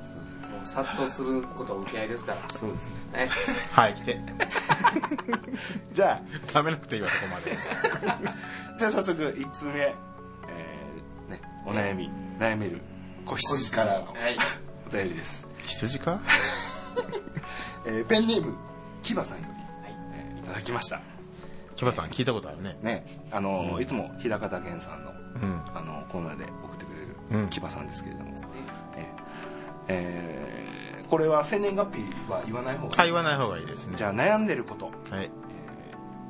Speaker 7: 殺到すること受け合いですから
Speaker 2: そうですね
Speaker 7: ね
Speaker 8: はい来て
Speaker 2: じゃあ
Speaker 8: 食べなくていいわそこまで
Speaker 2: じゃあ早速1通目、えーね、お悩み、悩める子羊からの
Speaker 7: はい
Speaker 2: お便りです、
Speaker 8: 羊か
Speaker 2: えーペンネームキバさんより、えーいただきました
Speaker 8: キバさん聞いたことあるね
Speaker 2: ねあのー、いつも平方源さんの,、
Speaker 8: うん
Speaker 2: あのーコーナーで送ってくれ
Speaker 8: う
Speaker 2: る
Speaker 8: ん
Speaker 2: キバさんですけれども、えーえーこれは生年月日は言わない方がいいです
Speaker 6: はい、言わない方がいいですね。
Speaker 2: じゃあ悩んでること
Speaker 6: はい。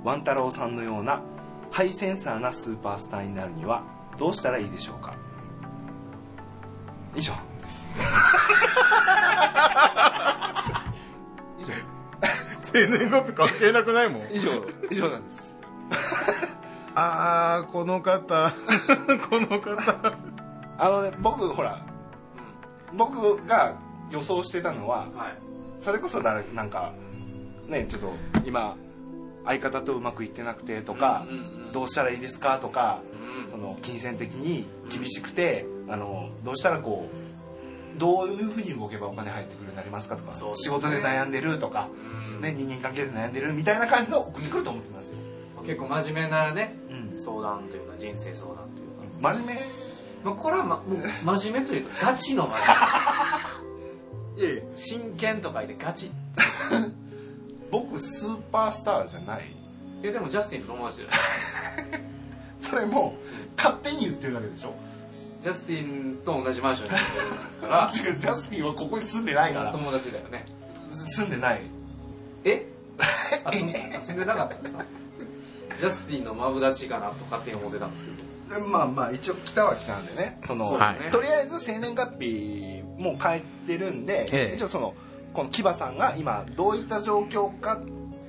Speaker 2: ワン太郎さんのようなハイセンサーなスーパースターになるにはどうしたらいいでしょうか以上です以上
Speaker 6: 生年月日関係なくないもん。
Speaker 2: 以上 以上なんです
Speaker 6: あー、この方。 この方。
Speaker 2: あのね僕ほら僕が予想してたのはそれこそ誰なんかねちょっと今相方とうまくいってなくてとか、どうしたらいいですかとか、その金銭的に厳しくてあのどうしたらこうどういうふうに動けばお金入ってくるようになりますかとか、
Speaker 3: そうです
Speaker 2: 仕
Speaker 3: ね
Speaker 2: 事で悩んでるとか、ね、人間関係で悩んでるみたいな感じの送ってくると思ってますよ、
Speaker 3: 結構真面目なね
Speaker 2: うん
Speaker 3: 相談というか人生相談というか、
Speaker 2: 真面
Speaker 3: まあ、これは、ま、もう真面目というかガチの真
Speaker 2: 目いやいや
Speaker 3: 面目真剣と書いてガチ
Speaker 2: 僕スーパースターじゃない
Speaker 3: えでもジャスティンと友達だよ
Speaker 2: それも勝手に言ってるだけでしょ
Speaker 3: ジャスティンと同じマンションに住んでるか
Speaker 2: 違うジャスティンはここに住んでないからら
Speaker 3: 友達だよね
Speaker 2: 住んでない
Speaker 3: えあそんあそんでなかったんですかジャスティンのマブダチかなと勝手に思ってたんですけど
Speaker 2: まあまあ一応来たは来たんでねその
Speaker 3: そう
Speaker 6: ですね
Speaker 2: はいとりあえず生年月日もう変えてるんで、
Speaker 6: ええ
Speaker 2: 一応そのこのキバさんが今どういった状況かっ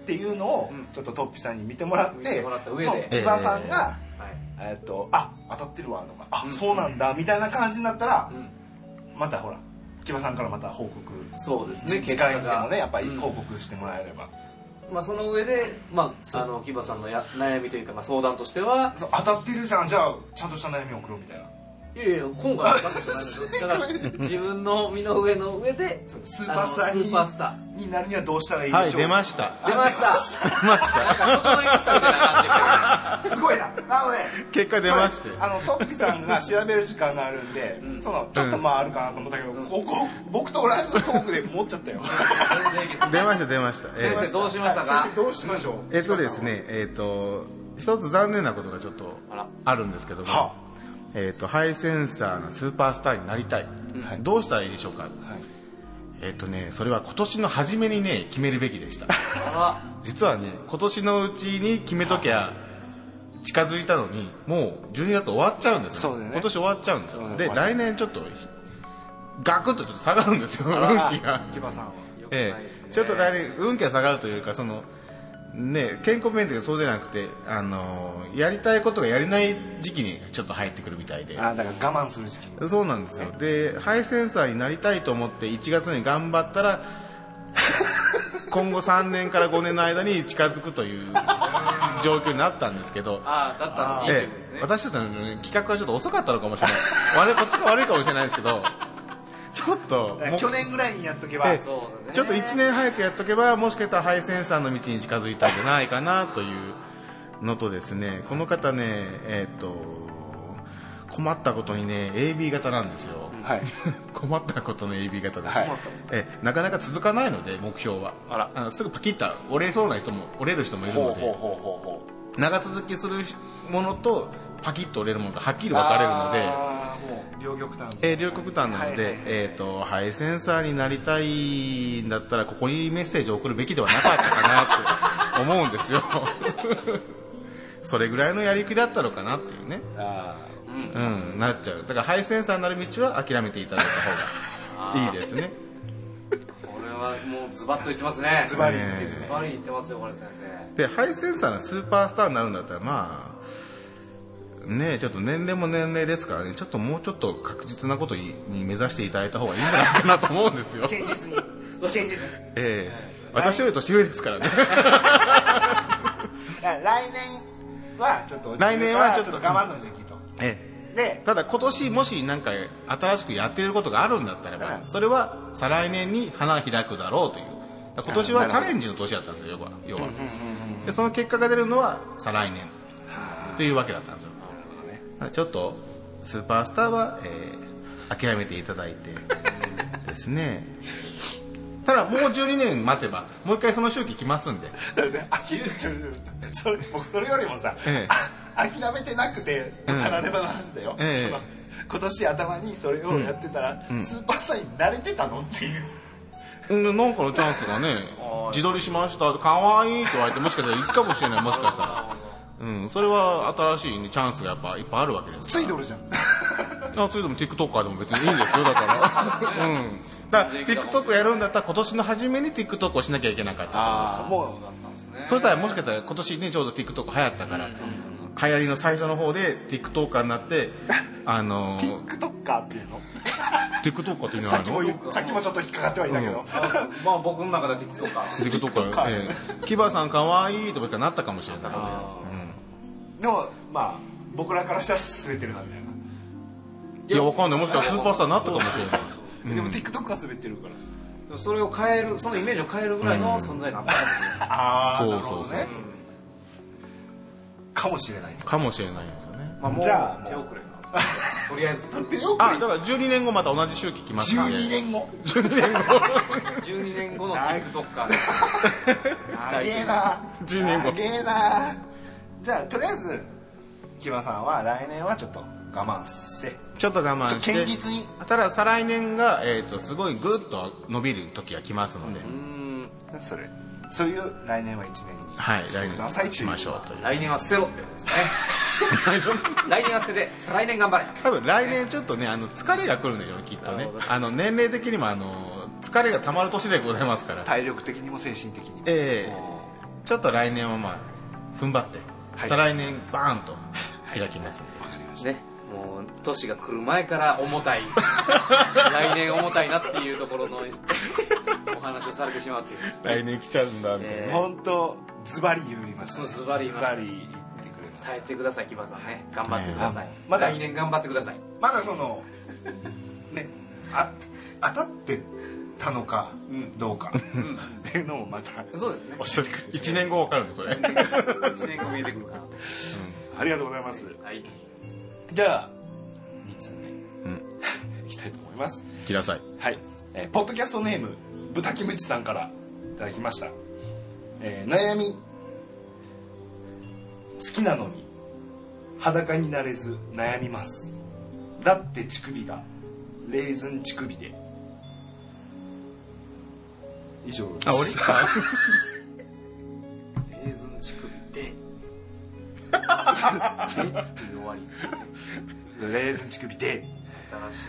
Speaker 2: ていうのを
Speaker 3: うん
Speaker 2: ちょっとトッピさんに見てもらって
Speaker 3: 見てもらった上で
Speaker 2: もうキバさんが、
Speaker 3: はい、
Speaker 2: えっとあ当たってるわとかあ、
Speaker 3: うん
Speaker 2: そうなんだみたいな感じになったら
Speaker 3: うん、
Speaker 2: またほらキバさんからまた報告
Speaker 3: そうですね
Speaker 2: 次回でもねやっぱり
Speaker 3: うん
Speaker 2: 報告してもらえれば、
Speaker 3: まあ、その上で、まあ、あのキバさんのや悩みというか、まあ、相談としては
Speaker 2: そう当たってるじゃんじゃあちゃんとした悩み送ろうみたいない
Speaker 3: やいや今回はだってだから自分の身の上の上で
Speaker 2: そうスーパースタ
Speaker 3: あ
Speaker 2: ー
Speaker 3: の
Speaker 2: に
Speaker 3: スーパースタ
Speaker 2: になるにはどうしたらいいでしょう
Speaker 6: はい、出ました。
Speaker 3: ー出ました
Speaker 6: 出ました。
Speaker 3: なんか整いま したみたいな感じ
Speaker 2: すごいななので
Speaker 6: 結果出まして。
Speaker 2: あのトッピさんが調べる時間があるんで、
Speaker 3: うん
Speaker 2: そのちょっとまああるかなと思ったけど、ここ僕と同じトークで持っちゃったよ
Speaker 3: で全然いけた
Speaker 6: 出ました、出ました。えー
Speaker 3: 先生どうしましたか
Speaker 2: 先生どうしましょう
Speaker 6: えっとですね、えっと、一つ残念なことがちょっと
Speaker 3: あら
Speaker 6: あるんですけども、
Speaker 2: は
Speaker 6: えっと、ハイセンサーのスーパースターになりたい。はいどうしたらいいでしょうか、えっとね、それは今年の初めにね、決めるべき でした。
Speaker 3: あ
Speaker 6: 実はね、今年のうちに決めときゃ、近づいたのに、もう12月終わっちゃうんですよ。
Speaker 2: そうだよね
Speaker 6: 今年終わっちゃうんです
Speaker 2: そうだ
Speaker 6: よ。
Speaker 2: ね
Speaker 6: で、
Speaker 2: 終わっちゃ
Speaker 6: 来年ちょっと、ガクッとちょっと下がるんですよ、運
Speaker 2: あ
Speaker 6: 気が。
Speaker 2: 木場さんは
Speaker 3: らよくない
Speaker 6: え
Speaker 3: ですね
Speaker 6: え、ちょっと来年運気が下がるというかその、ね、健康面でそうじゃなくて、あのやりたいことがやれない時期にちょっと入ってくるみたいで
Speaker 2: あだから我慢する時期
Speaker 6: そうなんですよでハイセンサーになりたいと思って1月に頑張っ たら今後3年から5年の間に近づくという状況になったんですけど
Speaker 3: あだったのいい
Speaker 6: え
Speaker 3: 点です
Speaker 6: え
Speaker 3: ね、
Speaker 6: 私たちのね企画はちょっと遅かったのかもしれない悪いこっちが悪いかもしれないですけどちょっともう
Speaker 2: 去年ぐらいにやっとけば、
Speaker 6: ええ
Speaker 3: そうだね
Speaker 6: ちょっと1年早くやっとけば、もしかしたらハイセンサーの道に近づいたんじゃないかなというのとですね、この方ね、えーっ、と、困ったことにね、AB 型なんですよ。
Speaker 2: はい
Speaker 6: 困ったことの AB 型で、
Speaker 2: はい
Speaker 6: えなかなか続かないので、目標は。
Speaker 3: あら
Speaker 6: のすぐパキッと折れそうな人も、折れる人もいるので、
Speaker 2: ほうほうほう
Speaker 6: 長続きするものと、パキッと折れるものがはっきり分かれるので、
Speaker 2: あーもう両極端
Speaker 6: えー両極端なので、
Speaker 2: はいはいはい
Speaker 6: えっ、と、ハイセンサーになりたいんだったら、ここにメッセージを送るべきではなかったかなって思う んですよ。それぐらいのやり気だったのかなっていうね。
Speaker 2: あ
Speaker 6: うん、なっちゃう。だからハイセンサーになる道は諦めていただいた方がいいですね。
Speaker 3: これはもうズバッと言ってますね
Speaker 2: ーズ
Speaker 3: ズ
Speaker 2: バリですね
Speaker 3: バリ言ってますよこれ先生
Speaker 6: で、ハイセンサーのスーパースターになるんだったら、まあ、ねえちょっと年齢も年齢ですからね、ちょっともうちょっと確実なことに目指していただいた方がいいんじゃないかなと思うんですよ。
Speaker 2: 堅実に堅実に
Speaker 6: ええ私より年上ですからね。
Speaker 2: だから来年はちょっと
Speaker 6: 来年はちょっと
Speaker 2: ちょっと我慢の時期と
Speaker 6: え
Speaker 2: で
Speaker 6: えただ今年もしなんか新しくやってることがあるんだったらば、
Speaker 2: うん
Speaker 6: それは再来年に花開くだろうという。だから今年はチャレンジの年だったんですよ、要は。要はで、その結果が出るのは再来年というわけだったんですよ。ちょっとスーパースターは、えー諦めていただい てですね。ただもう12年待てば、もう一回その周期来ます んで。
Speaker 2: あきちょちょそれ僕それよりもさ、
Speaker 6: ええ
Speaker 2: あ諦めてなくて
Speaker 6: うん
Speaker 2: たらればの話だよ、
Speaker 6: ええ
Speaker 2: その今年頭にそれをやってたら、スーパーサイン慣れてたのっていう
Speaker 6: うんなんかのチャンスがね、自撮りしました、かわいいって言われて、もしかしたらいいかもしれない、もしかしたら。うん、それは新しい、ね、チャンスがやっぱいっぱいあるわけです
Speaker 2: ついドルじゃん
Speaker 6: から。 あついでも TikToker でも別にいいんですよ、だか ら。うん。だから TikTok やるんだったら今年の初めに TikTok をしなきゃいけなかったってこと
Speaker 2: も
Speaker 6: です。そしたらもしかしたら今年ね、ちょうど TikTok 流行ったから、流行りの最初の方で TikToker にな って、あの
Speaker 2: う TikToker っていうの
Speaker 6: TikToker っていうの
Speaker 2: さ
Speaker 6: は
Speaker 2: っきも言うさっきもちょっと引っかかってはいたけど、
Speaker 9: まあ僕の中では TikTok か。
Speaker 6: TikToker、ええ、キバさんかわいいとかなったかもしれない。うん
Speaker 2: でもまあ僕らからしたら全てるなんだよな、
Speaker 6: いや、わかんない。もしかしたらスーパースターになったかもしれない。
Speaker 2: でも TikTok は滑ってるから
Speaker 3: それを変えるそのイメージを変えるぐらいの存在なんだ、
Speaker 2: ああ
Speaker 6: そう
Speaker 2: なるほど
Speaker 6: そ
Speaker 2: ね
Speaker 6: う
Speaker 2: かもしれない
Speaker 6: かもしれないんですよね。
Speaker 3: まあ、もう
Speaker 2: じゃあ
Speaker 3: 手遅れなん ですけどとりあえず
Speaker 6: あ、だから12年後また同じ周期来ますんで
Speaker 2: 12年後
Speaker 3: 12年後の TikToker です
Speaker 2: 長えな
Speaker 6: 10年後
Speaker 2: 長えなじゃあとりあえず木場さんは来年はちょっと我慢して
Speaker 6: ちょっと我慢
Speaker 2: ちょっ
Speaker 6: し
Speaker 2: と
Speaker 6: て。
Speaker 2: 堅実に
Speaker 6: ただ、再来年が、えっ、と、すごいぐっと伸びる時が来ますので、
Speaker 3: うん
Speaker 2: それそういう来年は1年に
Speaker 6: はい、来
Speaker 2: ください
Speaker 6: 年しましょうという。
Speaker 3: 来年は捨てろってことですね 来年は捨てて再来年頑張れ
Speaker 6: 多分来年ちょっとね、あの、疲れが来るんだよ、きっとね。あの、年齢的にも、あの、疲れが溜まる年でございますから。
Speaker 2: 体力的にも精神的にも
Speaker 6: ええちょっと来年はまあ、踏ん張って、
Speaker 2: はい
Speaker 6: 再来年バーンと開きますんで。
Speaker 3: ねもう年が来る前から重 たい来年重たいなっていうところのお話をされてしまうっていう
Speaker 6: 来年来ちゃうんだみたいな、
Speaker 3: えー
Speaker 2: 本当ズバリ言いましたね
Speaker 3: そうズバリ言いまし
Speaker 2: ズ
Speaker 3: た
Speaker 2: バリ言ってくれました
Speaker 3: 耐えてください木場さんね頑張ってください、
Speaker 2: あまだ
Speaker 3: 来年頑張ってください
Speaker 2: まだそのねあ当たってたのかどうかっていうのもまた
Speaker 3: そうですね
Speaker 2: 教えてくれ
Speaker 6: 1年後わかるのそ れ
Speaker 3: 1年後見えてくるかなと
Speaker 2: ありがとうございます
Speaker 3: はい
Speaker 2: じゃあ2つ目、 いきたいと思います
Speaker 6: 来なさい
Speaker 2: はい、えーポッドキャストネームブタキムチさんからいただきました、えー悩み好きなのに裸になれず悩みますだって乳首がレーズン乳首で以上です
Speaker 6: あ俺
Speaker 3: レーズン乳首ででっていう終わり
Speaker 2: レーズン乳首で、
Speaker 3: 新しい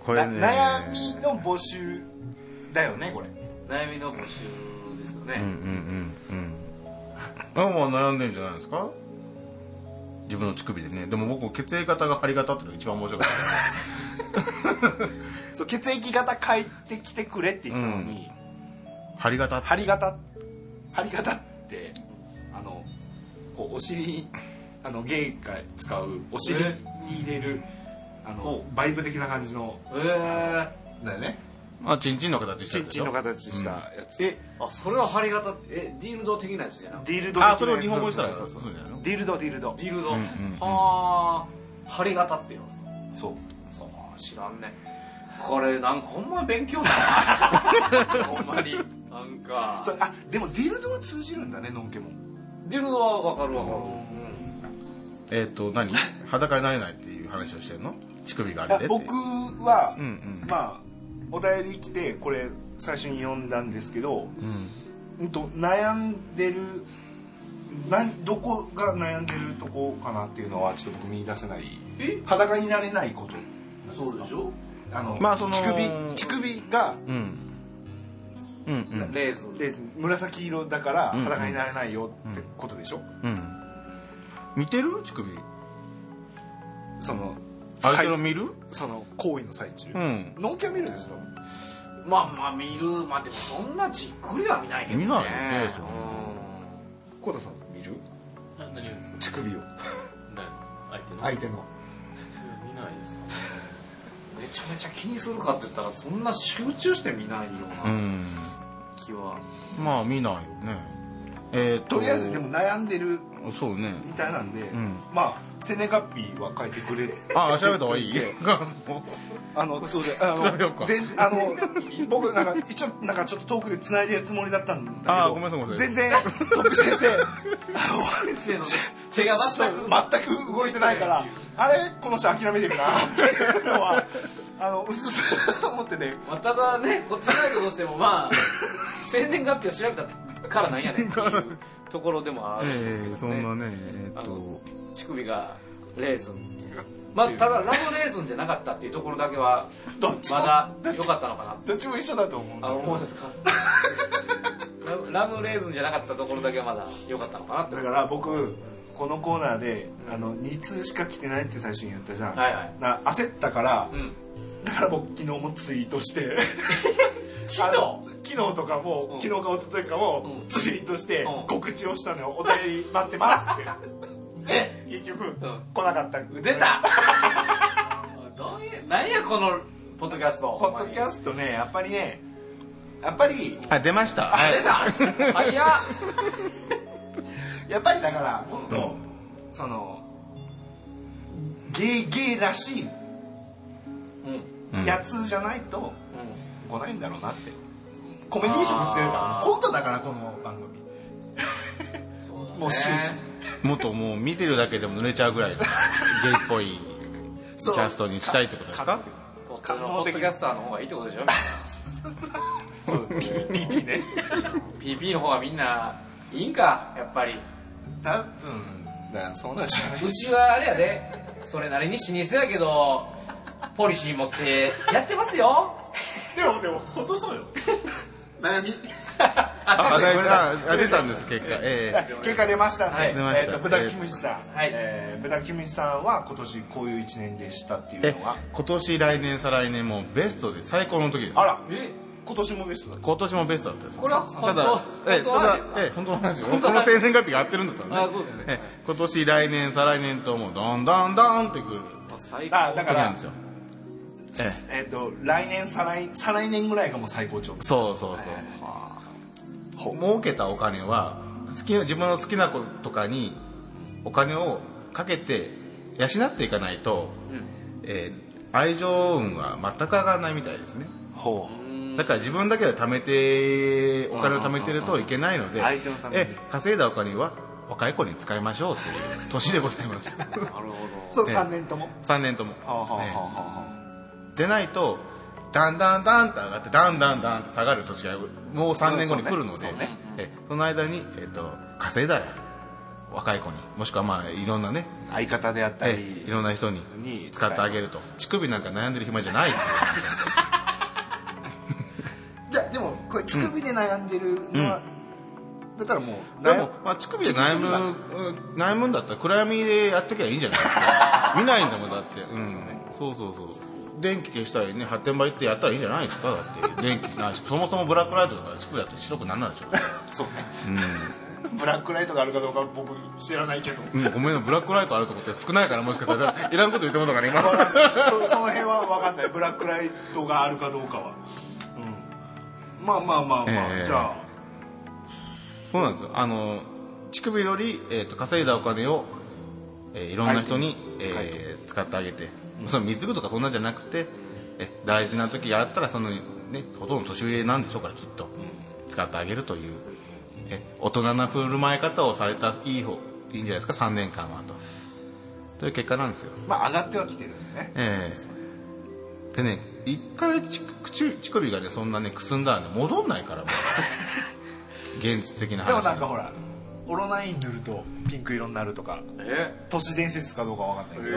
Speaker 6: こ
Speaker 2: な
Speaker 6: れね
Speaker 2: 悩みの募集だよねこれ
Speaker 3: 悩みの募集ですよね、
Speaker 6: うんうんうんうんあまあ悩んでんじゃないですか自分の乳首でねでも僕血液型が針型っていうのが一番面白かっ
Speaker 2: そう血液型変えてきてくれって言ったのに、
Speaker 6: た 針型って
Speaker 2: 針型針型ってあのこうお尻あのゲイが使うお尻に入れるあのバイブ的な感じの
Speaker 3: えー、
Speaker 2: だよね
Speaker 6: あチンチンの形した
Speaker 2: チ
Speaker 6: や
Speaker 2: ン
Speaker 6: つで
Speaker 2: チン
Speaker 6: し
Speaker 2: の形
Speaker 6: ょ
Speaker 2: したやつ、え
Speaker 3: あそれは針型えディールド的なやつじゃなくて
Speaker 2: ディルド
Speaker 6: あそれを日本語にしたら
Speaker 2: そうそうそう
Speaker 6: じゃないの
Speaker 2: ディルドディルド
Speaker 3: ディールド、
Speaker 6: うんうんうん
Speaker 3: はあ針型って言うんですか
Speaker 2: そう
Speaker 3: そう知らんねこれなんかほんま勉強だ なほんまになんか
Speaker 2: そうあでもディルドは通じるんだねのんけも
Speaker 3: ディールドはわかるわかる、
Speaker 6: えっ、と何裸になれないっていう話をしてんの乳首があれでっていう
Speaker 2: 僕は、
Speaker 6: うんうん
Speaker 2: まあお便り来てこれ最初に読んだんですけど、
Speaker 6: うん
Speaker 2: うんと悩んでるなんどこが悩んでるとこかなっていうのはちょっと僕見出せない
Speaker 3: え
Speaker 2: 裸になれないこと
Speaker 3: そうでしょ
Speaker 2: あの、
Speaker 6: まあその
Speaker 2: 乳首乳首が
Speaker 6: うんうんうん
Speaker 3: レーズン
Speaker 2: レーズン紫色だから
Speaker 6: うん
Speaker 2: 裸になれないよってことでしょ、
Speaker 6: うん見てる乳首
Speaker 2: その
Speaker 6: 相手
Speaker 2: 最
Speaker 6: の見る
Speaker 2: その行為の最中、
Speaker 6: うん
Speaker 2: ノンキャ見るでしょ
Speaker 3: まあまあ見るまあでもそんなじっくりは見ないけどね
Speaker 6: 見ないよねそんな
Speaker 2: コウタさん見る
Speaker 10: 何がですか
Speaker 2: 乳首を
Speaker 10: 誰の相手の
Speaker 2: 相手の
Speaker 10: 見ないですか
Speaker 3: うんめちゃめちゃ気にするかって言ったらそんな集中して見ないよう
Speaker 6: う
Speaker 3: なん気は、
Speaker 6: まあ見ないよねえー、
Speaker 2: とりあえずでも悩んでる
Speaker 6: そうね
Speaker 2: みたいなんで、
Speaker 6: ん
Speaker 2: まあセネガピーは書いてくれ
Speaker 6: ああ、調べた方が いい
Speaker 2: あのそうであ
Speaker 6: 調べようか
Speaker 2: の全あの僕なんか一応なんかちょっと遠くでつないでるつもりだったんだけど
Speaker 6: あーごめんなさいごめんなさい
Speaker 2: 全然トップ先生先生の
Speaker 3: 手が全く
Speaker 2: 全く動いてないからあれこの人諦めてるなっていうのはあのうすす思ってね
Speaker 3: まあ、ただねこっちサイドとしてもまあ生年月日を調べたからなんやねんっていうところでもあるん ですけど、
Speaker 6: え
Speaker 3: ね
Speaker 6: え、そんなね、えっ
Speaker 3: あの
Speaker 6: と、
Speaker 3: 乳首がレーズンっていうまあただラブレーズンじゃなかったっていうところだけは
Speaker 2: どっちも
Speaker 3: まだ良かったのかな
Speaker 2: どっちも一緒だと思うんだ
Speaker 3: あ思うんですか ラブラムレーズンじゃなかったところだけはまだ良かったのかなって
Speaker 2: だから僕このコーナーであの2通しか来てないって最初に言ったじゃん、
Speaker 3: はいはい
Speaker 2: な焦ったから、
Speaker 3: うん
Speaker 2: だから僕昨日もツイートして
Speaker 3: 昨
Speaker 2: あ
Speaker 3: 日
Speaker 2: の昨日とかも、
Speaker 3: うん
Speaker 2: 昨日か一昨日かも、
Speaker 3: うん
Speaker 2: ツイートして、
Speaker 3: うん
Speaker 2: 告知をしたのよお便り待ってますってで 結局、来なかった
Speaker 3: 出た どういう何やこのポッドキャスト
Speaker 2: ポッドキャストねやっぱりねやっぱり
Speaker 6: はい、出ました。はい
Speaker 3: ト出た早っ
Speaker 2: やっぱりだからもっと、そのゲイゲイらしい
Speaker 3: うんうん
Speaker 2: やつじゃないと、来ないんだろうなってコメディー色強いから
Speaker 3: あー
Speaker 2: コントだからこの番組
Speaker 3: そうだね
Speaker 2: もう終始
Speaker 6: もっともう見てるだけでも濡れちゃうぐらい、ゲイっぽいキ
Speaker 2: そう
Speaker 6: ャストにしたいってことですか
Speaker 3: ポッドポッドキャスターの方がいいってことでしょみんな
Speaker 2: そう PP ね
Speaker 3: PP の方がみんないいんかやっぱり
Speaker 2: 多分だからそうなんじゃないう
Speaker 3: ちはあれやでそれなりに老舗やけどポリシー持ってやってますよ
Speaker 2: でもでも本当そうよ悩み
Speaker 6: あ、
Speaker 3: あ
Speaker 6: 出た、あ出たんです、結果。ええ。
Speaker 2: 結果出ましたんで、
Speaker 3: はい
Speaker 6: 出ました
Speaker 2: えーとブダキムシさん、
Speaker 3: はい
Speaker 2: えーブダキムシさんは今年こういう1年でしたっていう
Speaker 6: え
Speaker 2: のは、
Speaker 6: 今年、来年、再来年もベストで最高の時です
Speaker 2: あ。ら
Speaker 3: え
Speaker 2: 今年もベストだ
Speaker 6: 今年もベストだったんです。
Speaker 3: これは
Speaker 6: た
Speaker 3: 本当
Speaker 6: だ、ええ、
Speaker 3: 本当
Speaker 6: た
Speaker 3: の話
Speaker 6: だ
Speaker 3: です、か
Speaker 6: ええ、本当の話。この生年月日が合ってるんだったらね。
Speaker 3: あそうですね
Speaker 6: ええ 今年、来年、再来年とも、どんどんどんってくる
Speaker 3: もう最高
Speaker 2: あだか
Speaker 6: 時なん
Speaker 2: ら
Speaker 6: ですよ。ええ。
Speaker 2: えっ、と来年再来再来年ぐらいがもう最高潮
Speaker 6: そうそうそう儲けたお金は好きな自分の好きなこととかにお金をかけて養っていかないと、えー愛情運は全く上がらないみたいですね
Speaker 2: ほ
Speaker 6: だから自分だけで貯めてお金を貯めてるといけないので
Speaker 2: 相手のために
Speaker 6: え稼いだお金は若い子に使いましょうという年でござい ます
Speaker 2: うそう
Speaker 6: ええ
Speaker 2: 3年とも、
Speaker 6: 3年とも、
Speaker 2: はあはあはあ
Speaker 6: ね
Speaker 2: はあ
Speaker 6: でないとだんだんだんと上がってだんだんだんと下がる年がもう3年後に来るので、
Speaker 2: そうね
Speaker 6: えその間に、えっと稼いだら若い子にもしくはまあいろんなね、
Speaker 2: 相方であった
Speaker 6: え
Speaker 2: り
Speaker 6: いろんな人に
Speaker 2: に
Speaker 6: 使ってあげると乳首なんか悩んでる暇じゃない
Speaker 2: じゃあでもこれ乳首で悩んでるのは、だったらもう
Speaker 6: で
Speaker 2: 悩
Speaker 6: も、まあ、乳首で悩む
Speaker 2: 気にす
Speaker 6: うん悩むんだったら暗闇でやっときゃいいんじゃない 見ないんだもんだって、うんそうそうそう電気消したりね発展場行ってやったらいいんじゃないですかだって電気ないしそもそもブラックライトとか乳首だって白くなんないでしょ
Speaker 2: そうね
Speaker 6: うん
Speaker 2: ブラックライトがあるかどうか僕知らないけ ど
Speaker 6: うん、ごめんな、ブラックライトあるとこって少ないから、もしかしたら、いらんこと言ってもらったから、
Speaker 2: そその辺は分かんないブラックライトがあるかどうかは、うん、まあまあまあまあ、
Speaker 6: ええ
Speaker 2: じゃあ
Speaker 6: 今。そうなんですよ。あの、乳首より、えっ、と、稼いだお金を、えーいろんな人に、
Speaker 2: 相手に
Speaker 6: えー使ってあげて、その貢ぐとかそんなんじゃなくて、え大事な時やったら、その、ね、ほとんど年上なんでしょうから、きっと、使ってあげるという、え、大人な振る舞い方をされた、いい方、いいんじゃないですか、3年間はと。という結果なんですよ。
Speaker 2: まあ上がってはきてるんでね
Speaker 6: ええでね一回ち口乳首がねそんなねくすんだらね戻んないからもう現実的な
Speaker 2: でも
Speaker 6: 話
Speaker 2: なんかほらオロナイン塗るとピンク色になるとか
Speaker 3: え
Speaker 2: 都市伝説かどうか分かんないけ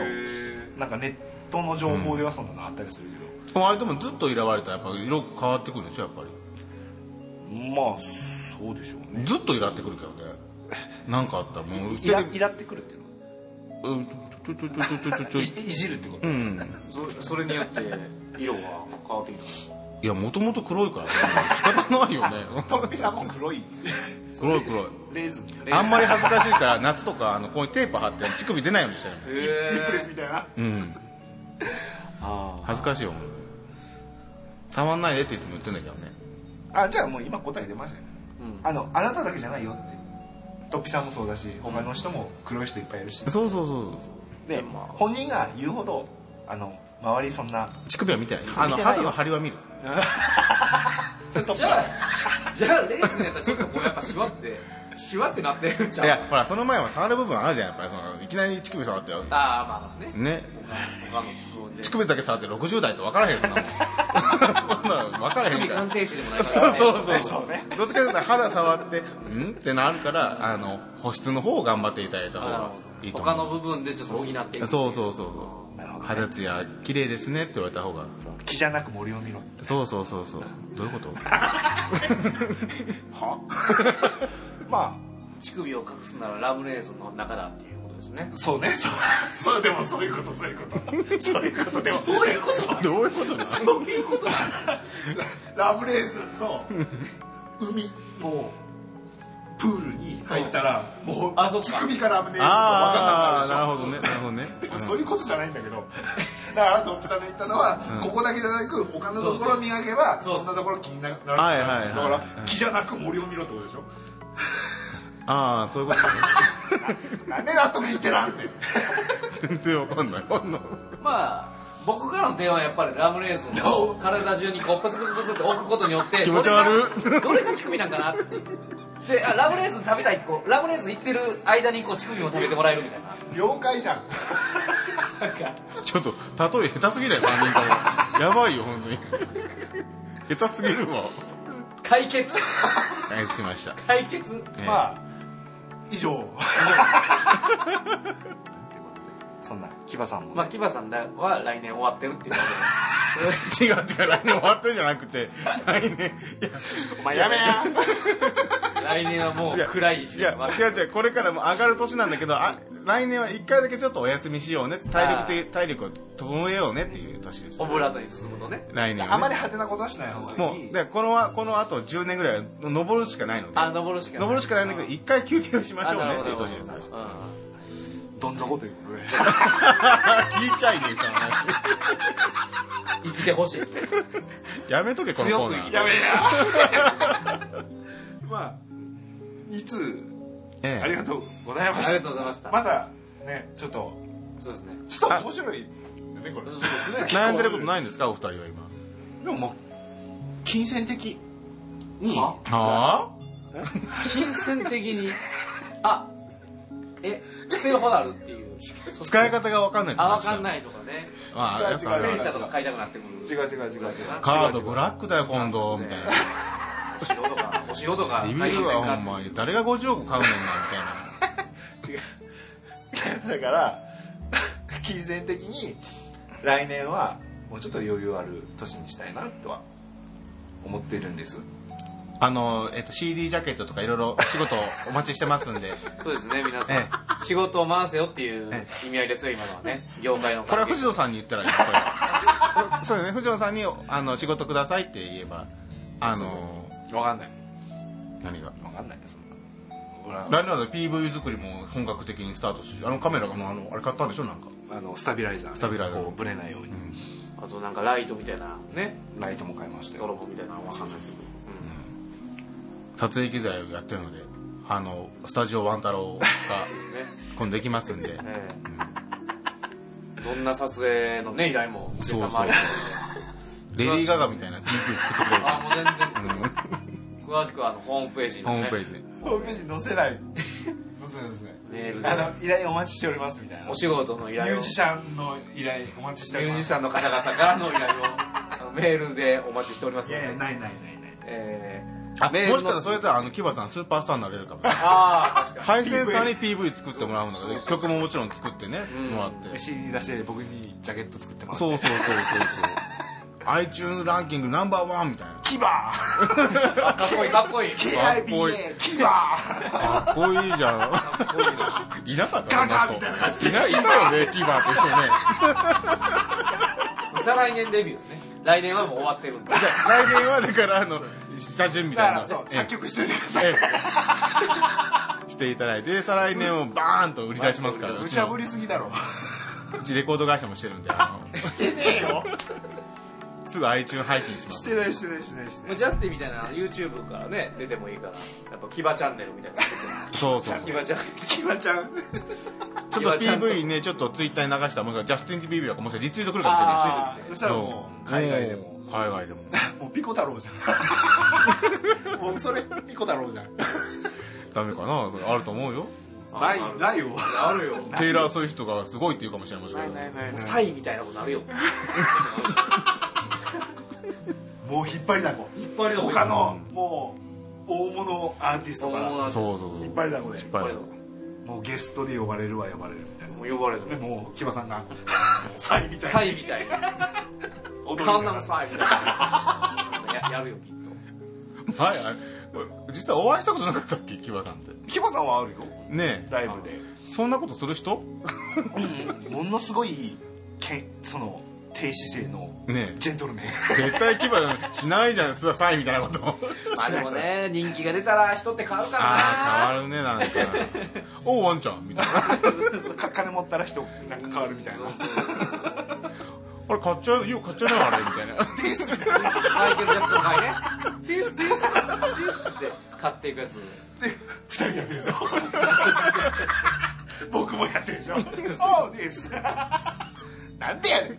Speaker 2: どなんかネットの情報ではそんなのあったりするけど、
Speaker 6: あれでもずっといらわれたらやっぱ色変わってくるでしょやっぱり
Speaker 2: まあそうでしょうね
Speaker 6: ずっといらってくるけどねなんかあったらもう
Speaker 2: イライラってくるっていうの
Speaker 6: うんちょちょちょちょちょちょちょ
Speaker 2: いいじるってこと
Speaker 6: うん
Speaker 3: そそれによって色が変わってきた
Speaker 6: いやもともと黒いから、ね、仕方ないよね
Speaker 2: トッピさんも黒い
Speaker 6: 黒い黒い
Speaker 2: レーズン
Speaker 6: あんまり恥ずかしいから夏とかあのここにテープ貼って乳首出ないようにしてる
Speaker 2: リップレスみたいな
Speaker 6: うん恥ずかしいよもう触んないでっていつも言ってんだけどね
Speaker 2: あじゃあもう今答え出ましたよ、あのあなただけじゃないよってトッピさんもそうだし他の人も黒い人いっぱいいるし、
Speaker 6: そうそうそうそう
Speaker 11: で、本人が言うほどあの周りそんな
Speaker 6: 乳首は見てないあ
Speaker 11: 見
Speaker 6: の
Speaker 11: てない
Speaker 6: 肌
Speaker 11: よ
Speaker 6: の張りは見る
Speaker 3: じゃあ、じゃあレースのやったらちょっとこうやっぱシワって、シワってなってるんち
Speaker 6: い
Speaker 3: ゃう
Speaker 6: やほらその前は触る部分あるじゃんやっぱりそのいきなり乳首触って
Speaker 3: あーまあね。
Speaker 6: ね
Speaker 3: 他の部分で。
Speaker 6: 乳
Speaker 3: 乳
Speaker 6: 首だけ触って60代と分からへんよそんな もんそんなの分からへん
Speaker 3: 首
Speaker 6: から
Speaker 3: 鑑定士でもないからね。
Speaker 6: そうそうそう。どっちかというと肌触って、んってなるから、あの、保湿の方を頑張っていただいた方
Speaker 3: なる
Speaker 6: が
Speaker 3: ほ
Speaker 6: いい
Speaker 3: ど。
Speaker 6: と
Speaker 3: 他
Speaker 6: 思う。
Speaker 3: の部分でちょっと補っていく。
Speaker 6: そうそうそうそう。肌ツヤ綺麗ですねって言われた方が。
Speaker 11: 気じゃなく森を見ろ
Speaker 6: そうそうそうそう。どういうこと
Speaker 11: ま
Speaker 3: 乳首を隠すならラムレーズンの中だっていうことですね
Speaker 11: あ。そうねそう
Speaker 2: そう でもそういうことそういうことそういうことでも
Speaker 6: どういうことです
Speaker 3: そういうことだ。
Speaker 2: ラブレーズンの海のプールに入ったらもう
Speaker 3: あそっか
Speaker 2: 乳首から危ねえやつ
Speaker 6: あ
Speaker 2: が分
Speaker 6: あ、
Speaker 2: か
Speaker 6: なる
Speaker 2: んな
Speaker 6: ほ
Speaker 2: く
Speaker 6: どね。なるほどね。
Speaker 2: なるでもそういうことじゃないんだけどだからドンピさんの言ったのは、
Speaker 6: うん
Speaker 2: ここだけじゃなく他のところ見上げばそんなところ気になるな
Speaker 6: はいはいはい
Speaker 2: だから気じゃなく森を見ろってことでしょ
Speaker 6: ああ、そういうこと
Speaker 2: なんで納得いってなんねん
Speaker 6: 全然わかんない。わかんない
Speaker 3: まあ。僕からの提案はやっぱりラムレーズンを体中にこうブツブツブツって置くことによって
Speaker 6: 気持ち悪い
Speaker 3: どれがどれが乳首なんかなってであラムレーズン食べたいってこうラムレーズン行ってる間にこう乳首も食べてもらえるみたいな
Speaker 2: 了解じゃん
Speaker 3: なんか
Speaker 6: ちょっと、例え下手すぎだよ、3人とも。やばいよ、本当に。下手すぎるわ。
Speaker 3: 解決
Speaker 6: はい、しました。
Speaker 3: 解決
Speaker 6: まあ、
Speaker 2: 以上
Speaker 11: そんなキバさんも、
Speaker 3: まあ、キバさんだは来年終わってるっていうことでそ
Speaker 6: 違う違う、来年終わってんじゃなくて、来年、いや、
Speaker 11: お前やめや
Speaker 3: れ来年はもう
Speaker 6: いや
Speaker 3: 暗い一
Speaker 6: い
Speaker 3: 年
Speaker 6: や
Speaker 3: が待って
Speaker 6: 違う違う、これからも上がる年なんだけど、あ来年は一回だけちょっとお休みしようね、体力的体力を整えようねっていう年です
Speaker 3: オ。ブラートに進むとね
Speaker 6: 来年
Speaker 2: あ
Speaker 6: は、
Speaker 2: ま
Speaker 6: ね。
Speaker 2: り派手なことはしない方が
Speaker 6: も、
Speaker 2: いいう
Speaker 6: でこのは、この後10年ぐらいは登るしかないので、
Speaker 3: あ登るしかない
Speaker 6: 登るしかないんだけど、一回休憩をしましょう
Speaker 3: あなる
Speaker 6: ねっ
Speaker 3: ほど
Speaker 6: ていう年です。聞
Speaker 3: う
Speaker 11: どん底ということで
Speaker 6: いちゃいねえから話。
Speaker 3: ん生きてほしいですね
Speaker 6: やめとけ、このコーナ ー。
Speaker 2: やめえなまあいつ
Speaker 6: え
Speaker 2: あり
Speaker 6: え
Speaker 2: がとうございま
Speaker 3: ありが
Speaker 2: す
Speaker 3: とうございました、
Speaker 2: まだねちょっと
Speaker 3: そうですね
Speaker 2: ちょっと面白いねこれ
Speaker 3: そうですね
Speaker 6: 悩んでることないんですか、お二人は今。
Speaker 11: でももう金銭的に
Speaker 3: は
Speaker 6: は
Speaker 3: 金銭的に あえ捨てるほどあるっていう
Speaker 6: あ使い方がわかんない
Speaker 3: あわかん
Speaker 6: い。
Speaker 3: ないとかね
Speaker 6: まあ、やっぱあるあ
Speaker 3: 戦
Speaker 6: る
Speaker 3: 車とか買いたくなってくる
Speaker 2: 違う違う違う違う
Speaker 6: カードブラックだよ、今度、みたいな。
Speaker 3: 白とかお塩とか
Speaker 6: リビルはほんまに誰が50億買うねんなみ
Speaker 2: だから 金銭的に来年はもうちょっと余裕ある年にしたいなとは思ってるんです
Speaker 6: たいなあの、えっと、CD ジャケットとかいろいろお仕事お待ちしてま すんで
Speaker 3: そうですね皆さん、
Speaker 6: え
Speaker 3: 仕事を回せよっていう意味合いですよ今のはね業界の
Speaker 6: これは
Speaker 3: 関係
Speaker 6: 藤野さんに言ったらいいよこれはそうだね藤野さんにあの仕事くださいって言えばあの
Speaker 2: 分かんない
Speaker 6: 何が
Speaker 2: 分かんないそんな俺は
Speaker 6: 来年は PV 作りも本格的にスタートするしあのカメラがもうあのあれ買ったんでしょなんか
Speaker 2: あのスタビライザーね
Speaker 6: スタビライザー
Speaker 2: こうブレないように
Speaker 3: あとなんかライトみたいなね
Speaker 2: ライトも買いました
Speaker 3: ゾ
Speaker 2: よ
Speaker 3: ロボみたいなのわかんないですけど、
Speaker 6: 撮影機材をやってるのであのスタジオワン太郎が
Speaker 3: うん、ね
Speaker 6: 今度できま すんで
Speaker 3: ええどんな撮影のね依頼も受けたまり
Speaker 6: レディー・ガガみたいな PV 作ってくれる
Speaker 3: あもう全然作る
Speaker 6: うん
Speaker 3: 詳しくはあのホームページの
Speaker 6: ホー
Speaker 3: ね
Speaker 6: ムページで
Speaker 2: ホームページ載せない載せない載せない
Speaker 3: メール
Speaker 2: あ
Speaker 3: で
Speaker 2: の依頼お待ちしておりますみたいな
Speaker 3: お仕事の依
Speaker 2: ミ
Speaker 3: 頼
Speaker 2: ュ
Speaker 3: を
Speaker 2: ージシャンの依頼お待ちしてお
Speaker 3: ミ
Speaker 2: り
Speaker 3: ュー
Speaker 2: ま
Speaker 3: ジ
Speaker 2: す
Speaker 3: シャンの方々からの依頼をあのメールでお待ちしております
Speaker 2: い
Speaker 3: ので
Speaker 2: やいやないないないない
Speaker 3: えー、
Speaker 6: あも
Speaker 3: メー
Speaker 6: し
Speaker 3: ルの
Speaker 6: かしたらそれやったらあのキバさんスーパースターになれるかも
Speaker 3: ああ確か
Speaker 6: ハイセンさんに PV 作ってもらうんだけど曲ももちろん作ってね
Speaker 3: ん
Speaker 6: もらってそう
Speaker 2: CD 出して僕にジャケット作ってます
Speaker 6: そうそうそうそう iTunes ランキングナンバーワンみたいな
Speaker 2: キバ
Speaker 3: にあかっこいいかっこいい
Speaker 6: かっこいい
Speaker 2: KIBA キバ
Speaker 6: かっこいいじゃんいなかった
Speaker 2: ガガみたいな感
Speaker 6: じいないたよねキバって人ね
Speaker 3: 再来年デビューですね来年はもう終わってるんで
Speaker 6: じゃあ来年はだからあの下準み
Speaker 2: だ
Speaker 6: た
Speaker 2: か
Speaker 6: いな
Speaker 2: らそう
Speaker 6: ええ
Speaker 2: 作曲しておいてください
Speaker 6: ええしていただいてで再来年をバーンと売り出しますから
Speaker 2: 無
Speaker 6: うち
Speaker 2: 茶
Speaker 6: の
Speaker 2: ぶりすぎだろ
Speaker 6: うちレコード会社もしてるんであの
Speaker 2: してねえよ
Speaker 6: すぐ iTunes 配信します
Speaker 2: てないしてないしてないして
Speaker 3: もうジャスティンみたいな YouTube からね出てもいいからやっぱキバチャンネルみたいな
Speaker 6: そうそう
Speaker 3: キバチャン
Speaker 2: キマちゃん
Speaker 6: ちょっと PV ねちょっと Twitter に流したらもう一回ジャスティン TV がもしかしてリツイートくるかもしれない
Speaker 2: ああそしたらもう海外でも
Speaker 6: 海外でも
Speaker 2: もうピコ太郎じ ゃんもうそれピコ太郎じゃん
Speaker 6: ダメかなそれあると 思うよ
Speaker 2: ライライを
Speaker 3: あるよ
Speaker 6: テイラー・ソイフトがすごいって言うかもしれませんけど
Speaker 2: ないない
Speaker 3: サイみたいなことあるよ
Speaker 2: もう引っ張りだこ
Speaker 3: 引っ張りだこ
Speaker 2: 他のもう大物アーティスト
Speaker 3: 大
Speaker 2: から
Speaker 3: 物
Speaker 6: そうそうそう
Speaker 2: 引っ張りだこで
Speaker 6: 引っ張りだこ
Speaker 2: もうゲストで呼ばれるわ呼ばれるみたいな
Speaker 3: もう呼ばれる
Speaker 2: でもう千葉さんが サイみたいな
Speaker 3: サイみたいなカンナムサイみたいなややるよきっと
Speaker 6: はいはいこれ実際お会いしたことなかったっけキバさんって
Speaker 2: 千葉さんはあるよ
Speaker 6: ね
Speaker 2: ライブで
Speaker 6: えそんなことする人
Speaker 2: ものすごいけその低姿勢の
Speaker 6: ね
Speaker 2: ジェントルメン
Speaker 6: え絶対キバしないじゃんさサイみたいなこと
Speaker 3: まあでもね人気が出たら人って変わるからな
Speaker 6: ああ変わるねなんかおうワンちゃんみたいな
Speaker 2: か金持ったら人なんか変わるみたいな
Speaker 6: あれ買っちゃうよ買っちゃうなあれみたいな
Speaker 3: マイケル・ジャクソン買いね「ディスディスディス」って買っていくやつ
Speaker 2: 二人やってるでしょ僕もやってるでしょそうです なんでやねん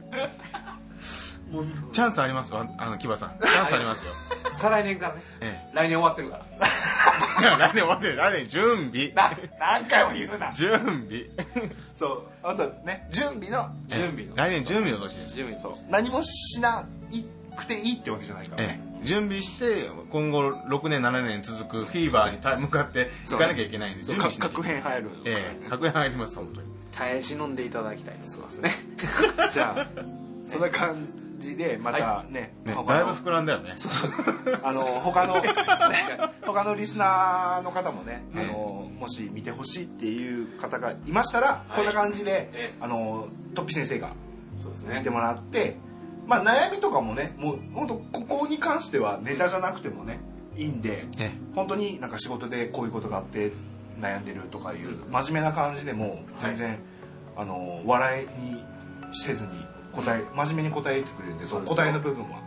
Speaker 6: チャンスありますかあのキバさんチャンスありますよ
Speaker 3: 再来年からね
Speaker 6: え
Speaker 3: 来年終わってるから
Speaker 6: えいや何待って何準備
Speaker 2: な何回も言うな
Speaker 6: 準備
Speaker 2: そうあんたね準備の
Speaker 3: 準備の
Speaker 6: 来年準備の年です
Speaker 3: 準備そう
Speaker 2: 何もしなくていいってわけじゃないから
Speaker 6: え
Speaker 2: ね
Speaker 6: え準備して今後6年7年続くフィーバーにた向かっていかなきゃいけないんで準備しなきゃ
Speaker 2: 確変入る
Speaker 6: ええ確変入ります本当に
Speaker 3: 耐え忍んでいただきたいですね
Speaker 2: じゃあそんな感じでまたね
Speaker 6: ねだ
Speaker 2: 他
Speaker 6: いぶ
Speaker 2: の
Speaker 6: 膨らんだよね
Speaker 2: あの他 のね他のリスナーの方もねあ
Speaker 6: え
Speaker 2: のもし見てほしいっていう方がいましたらこんな感じで
Speaker 3: え
Speaker 2: あのトッピ先生が
Speaker 3: そうです
Speaker 2: 見
Speaker 3: ね
Speaker 2: てもらってまあ悩みとかもねもう本当ここに関してはネタじゃなくてもねいいんで
Speaker 6: え
Speaker 2: 本当になんか仕事でこういうことがあって悩んでるとかいう真面目な感じでも全然、あの笑いにせずに答え、真面目に答えてくれるんでそ
Speaker 3: そう
Speaker 2: の
Speaker 3: ですよ
Speaker 2: 答えの部分は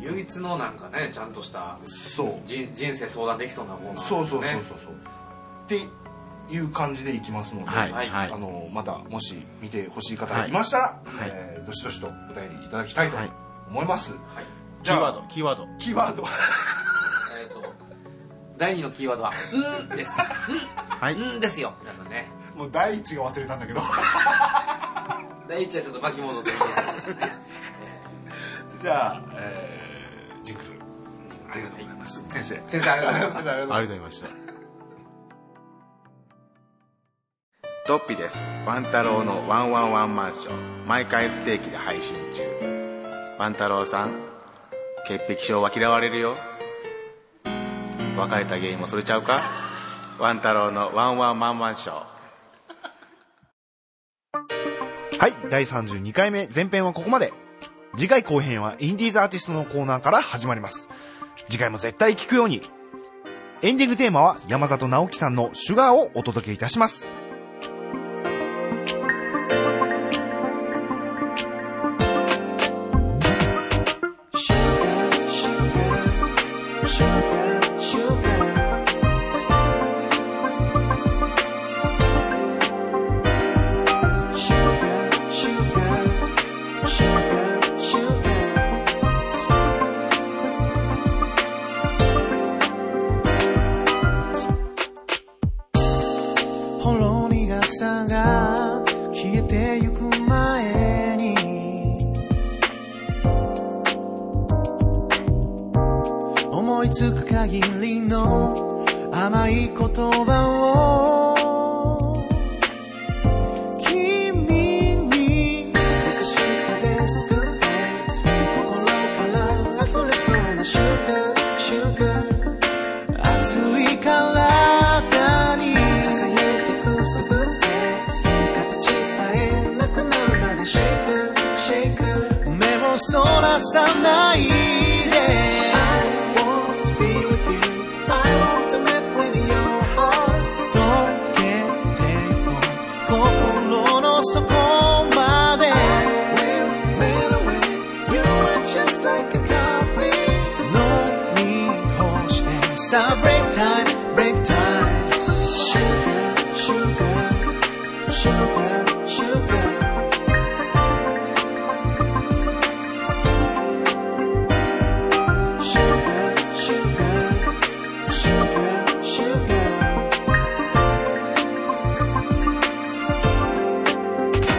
Speaker 3: 唯一のなんかねちゃんとした
Speaker 2: そう
Speaker 3: 人人生相談できそうなコーナーです
Speaker 2: そうそうそうそう
Speaker 3: ね
Speaker 2: そうっていう感じでいきますので、
Speaker 6: はい
Speaker 3: はい
Speaker 6: はい
Speaker 2: あのまたもし見てほしい方がいましたら、
Speaker 6: はい
Speaker 2: えーどしどしとお便りいただきたいと
Speaker 6: はい
Speaker 2: 思います、
Speaker 3: はい
Speaker 6: キーワードキーワード
Speaker 2: キーワードは
Speaker 3: えっと第二のキーワードは「うん」です
Speaker 6: は
Speaker 3: 「
Speaker 6: い
Speaker 3: うん」ですよ皆さんね
Speaker 2: もう第一が忘れたんだけど
Speaker 3: 第一はちょっと巻き戻って
Speaker 2: じゃあ、えー、ジンクルありがとうございます、先生
Speaker 3: 先生ありがとうございまし
Speaker 2: 先
Speaker 3: た
Speaker 2: 生ありがとうございます
Speaker 6: ありがとうございました
Speaker 12: ドッピーですワン太郎のワンワンワンマンション毎回不定期で配信中ワン太郎さん潔癖症は嫌われるよ別れた原因もそれちゃうかワン太郎のワンワンワンマンション
Speaker 4: はい、第32回目前編はここまで。次回後編はインディーズアーティストのコーナーから始まります。次回も絶対聞くように。エンディングテーマは山里直樹さんのシュガーをお届けいたします。
Speaker 13: ほろ苦さが消えてゆく前に思いつく限りの甘い言葉を君に優しさで救って心から溢れそうな瞬間瞬間熱い体に囁いてくすぐって形さえなくなるまでシェイクシェイク目をそらさないで I want to be with you I want to make with your heart 溶けてこ心の底まで I will melt away You are just like a coffee 飲み干してさあ break time break time sugar sugar sugar sugar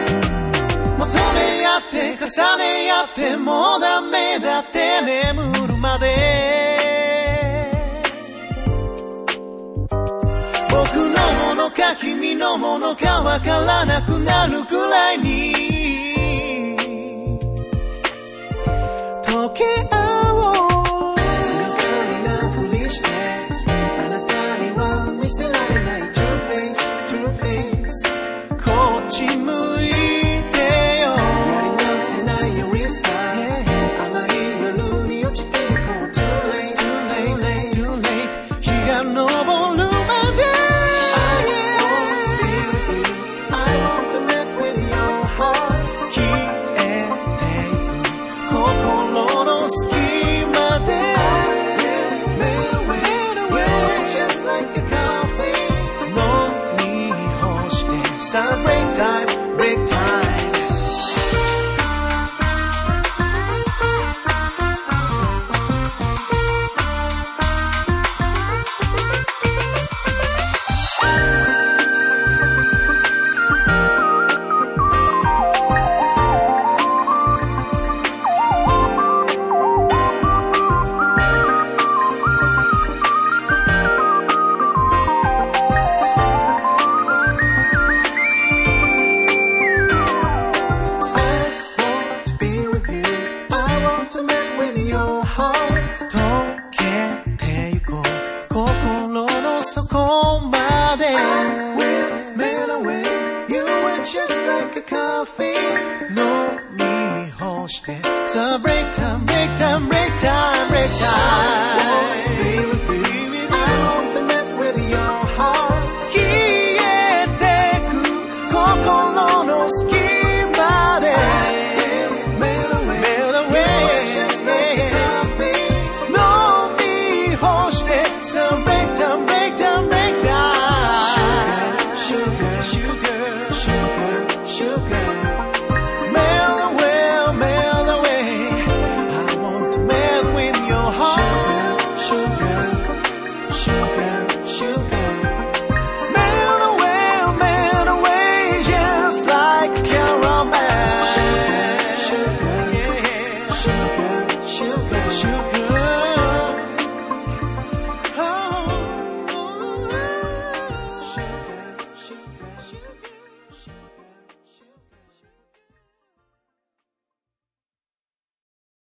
Speaker 13: 求め合って重ね合ってもうダメだって眠るまで僕のものか君のものかわからなくなるくらいに溶け合おう静かになふりしてあなたには見せられない True face, true face こっち向いてよやり直せないよリスター甘い夜に落ちていこう Too late, too late, too late 日が昇るまで I want to make with your heart 消えていく心の隙間で Just like a coffee 飲み干してさあ break time break time 溶けてゆこう心の底まで You are just like a coffee 飲み干してさあ break time break time break time break time I want to met with your heart 消えてく心の隙間で Melt away just like a coffee 飲み干してさあ break time break time break time sugar sugar sugar sugar Melt away, melt away. I want to melt with your heart. Sugar, sugar, sugar. oh Melt away, melt away, oh just like caramel. Sugar, Oh, sugar, sugar. oh,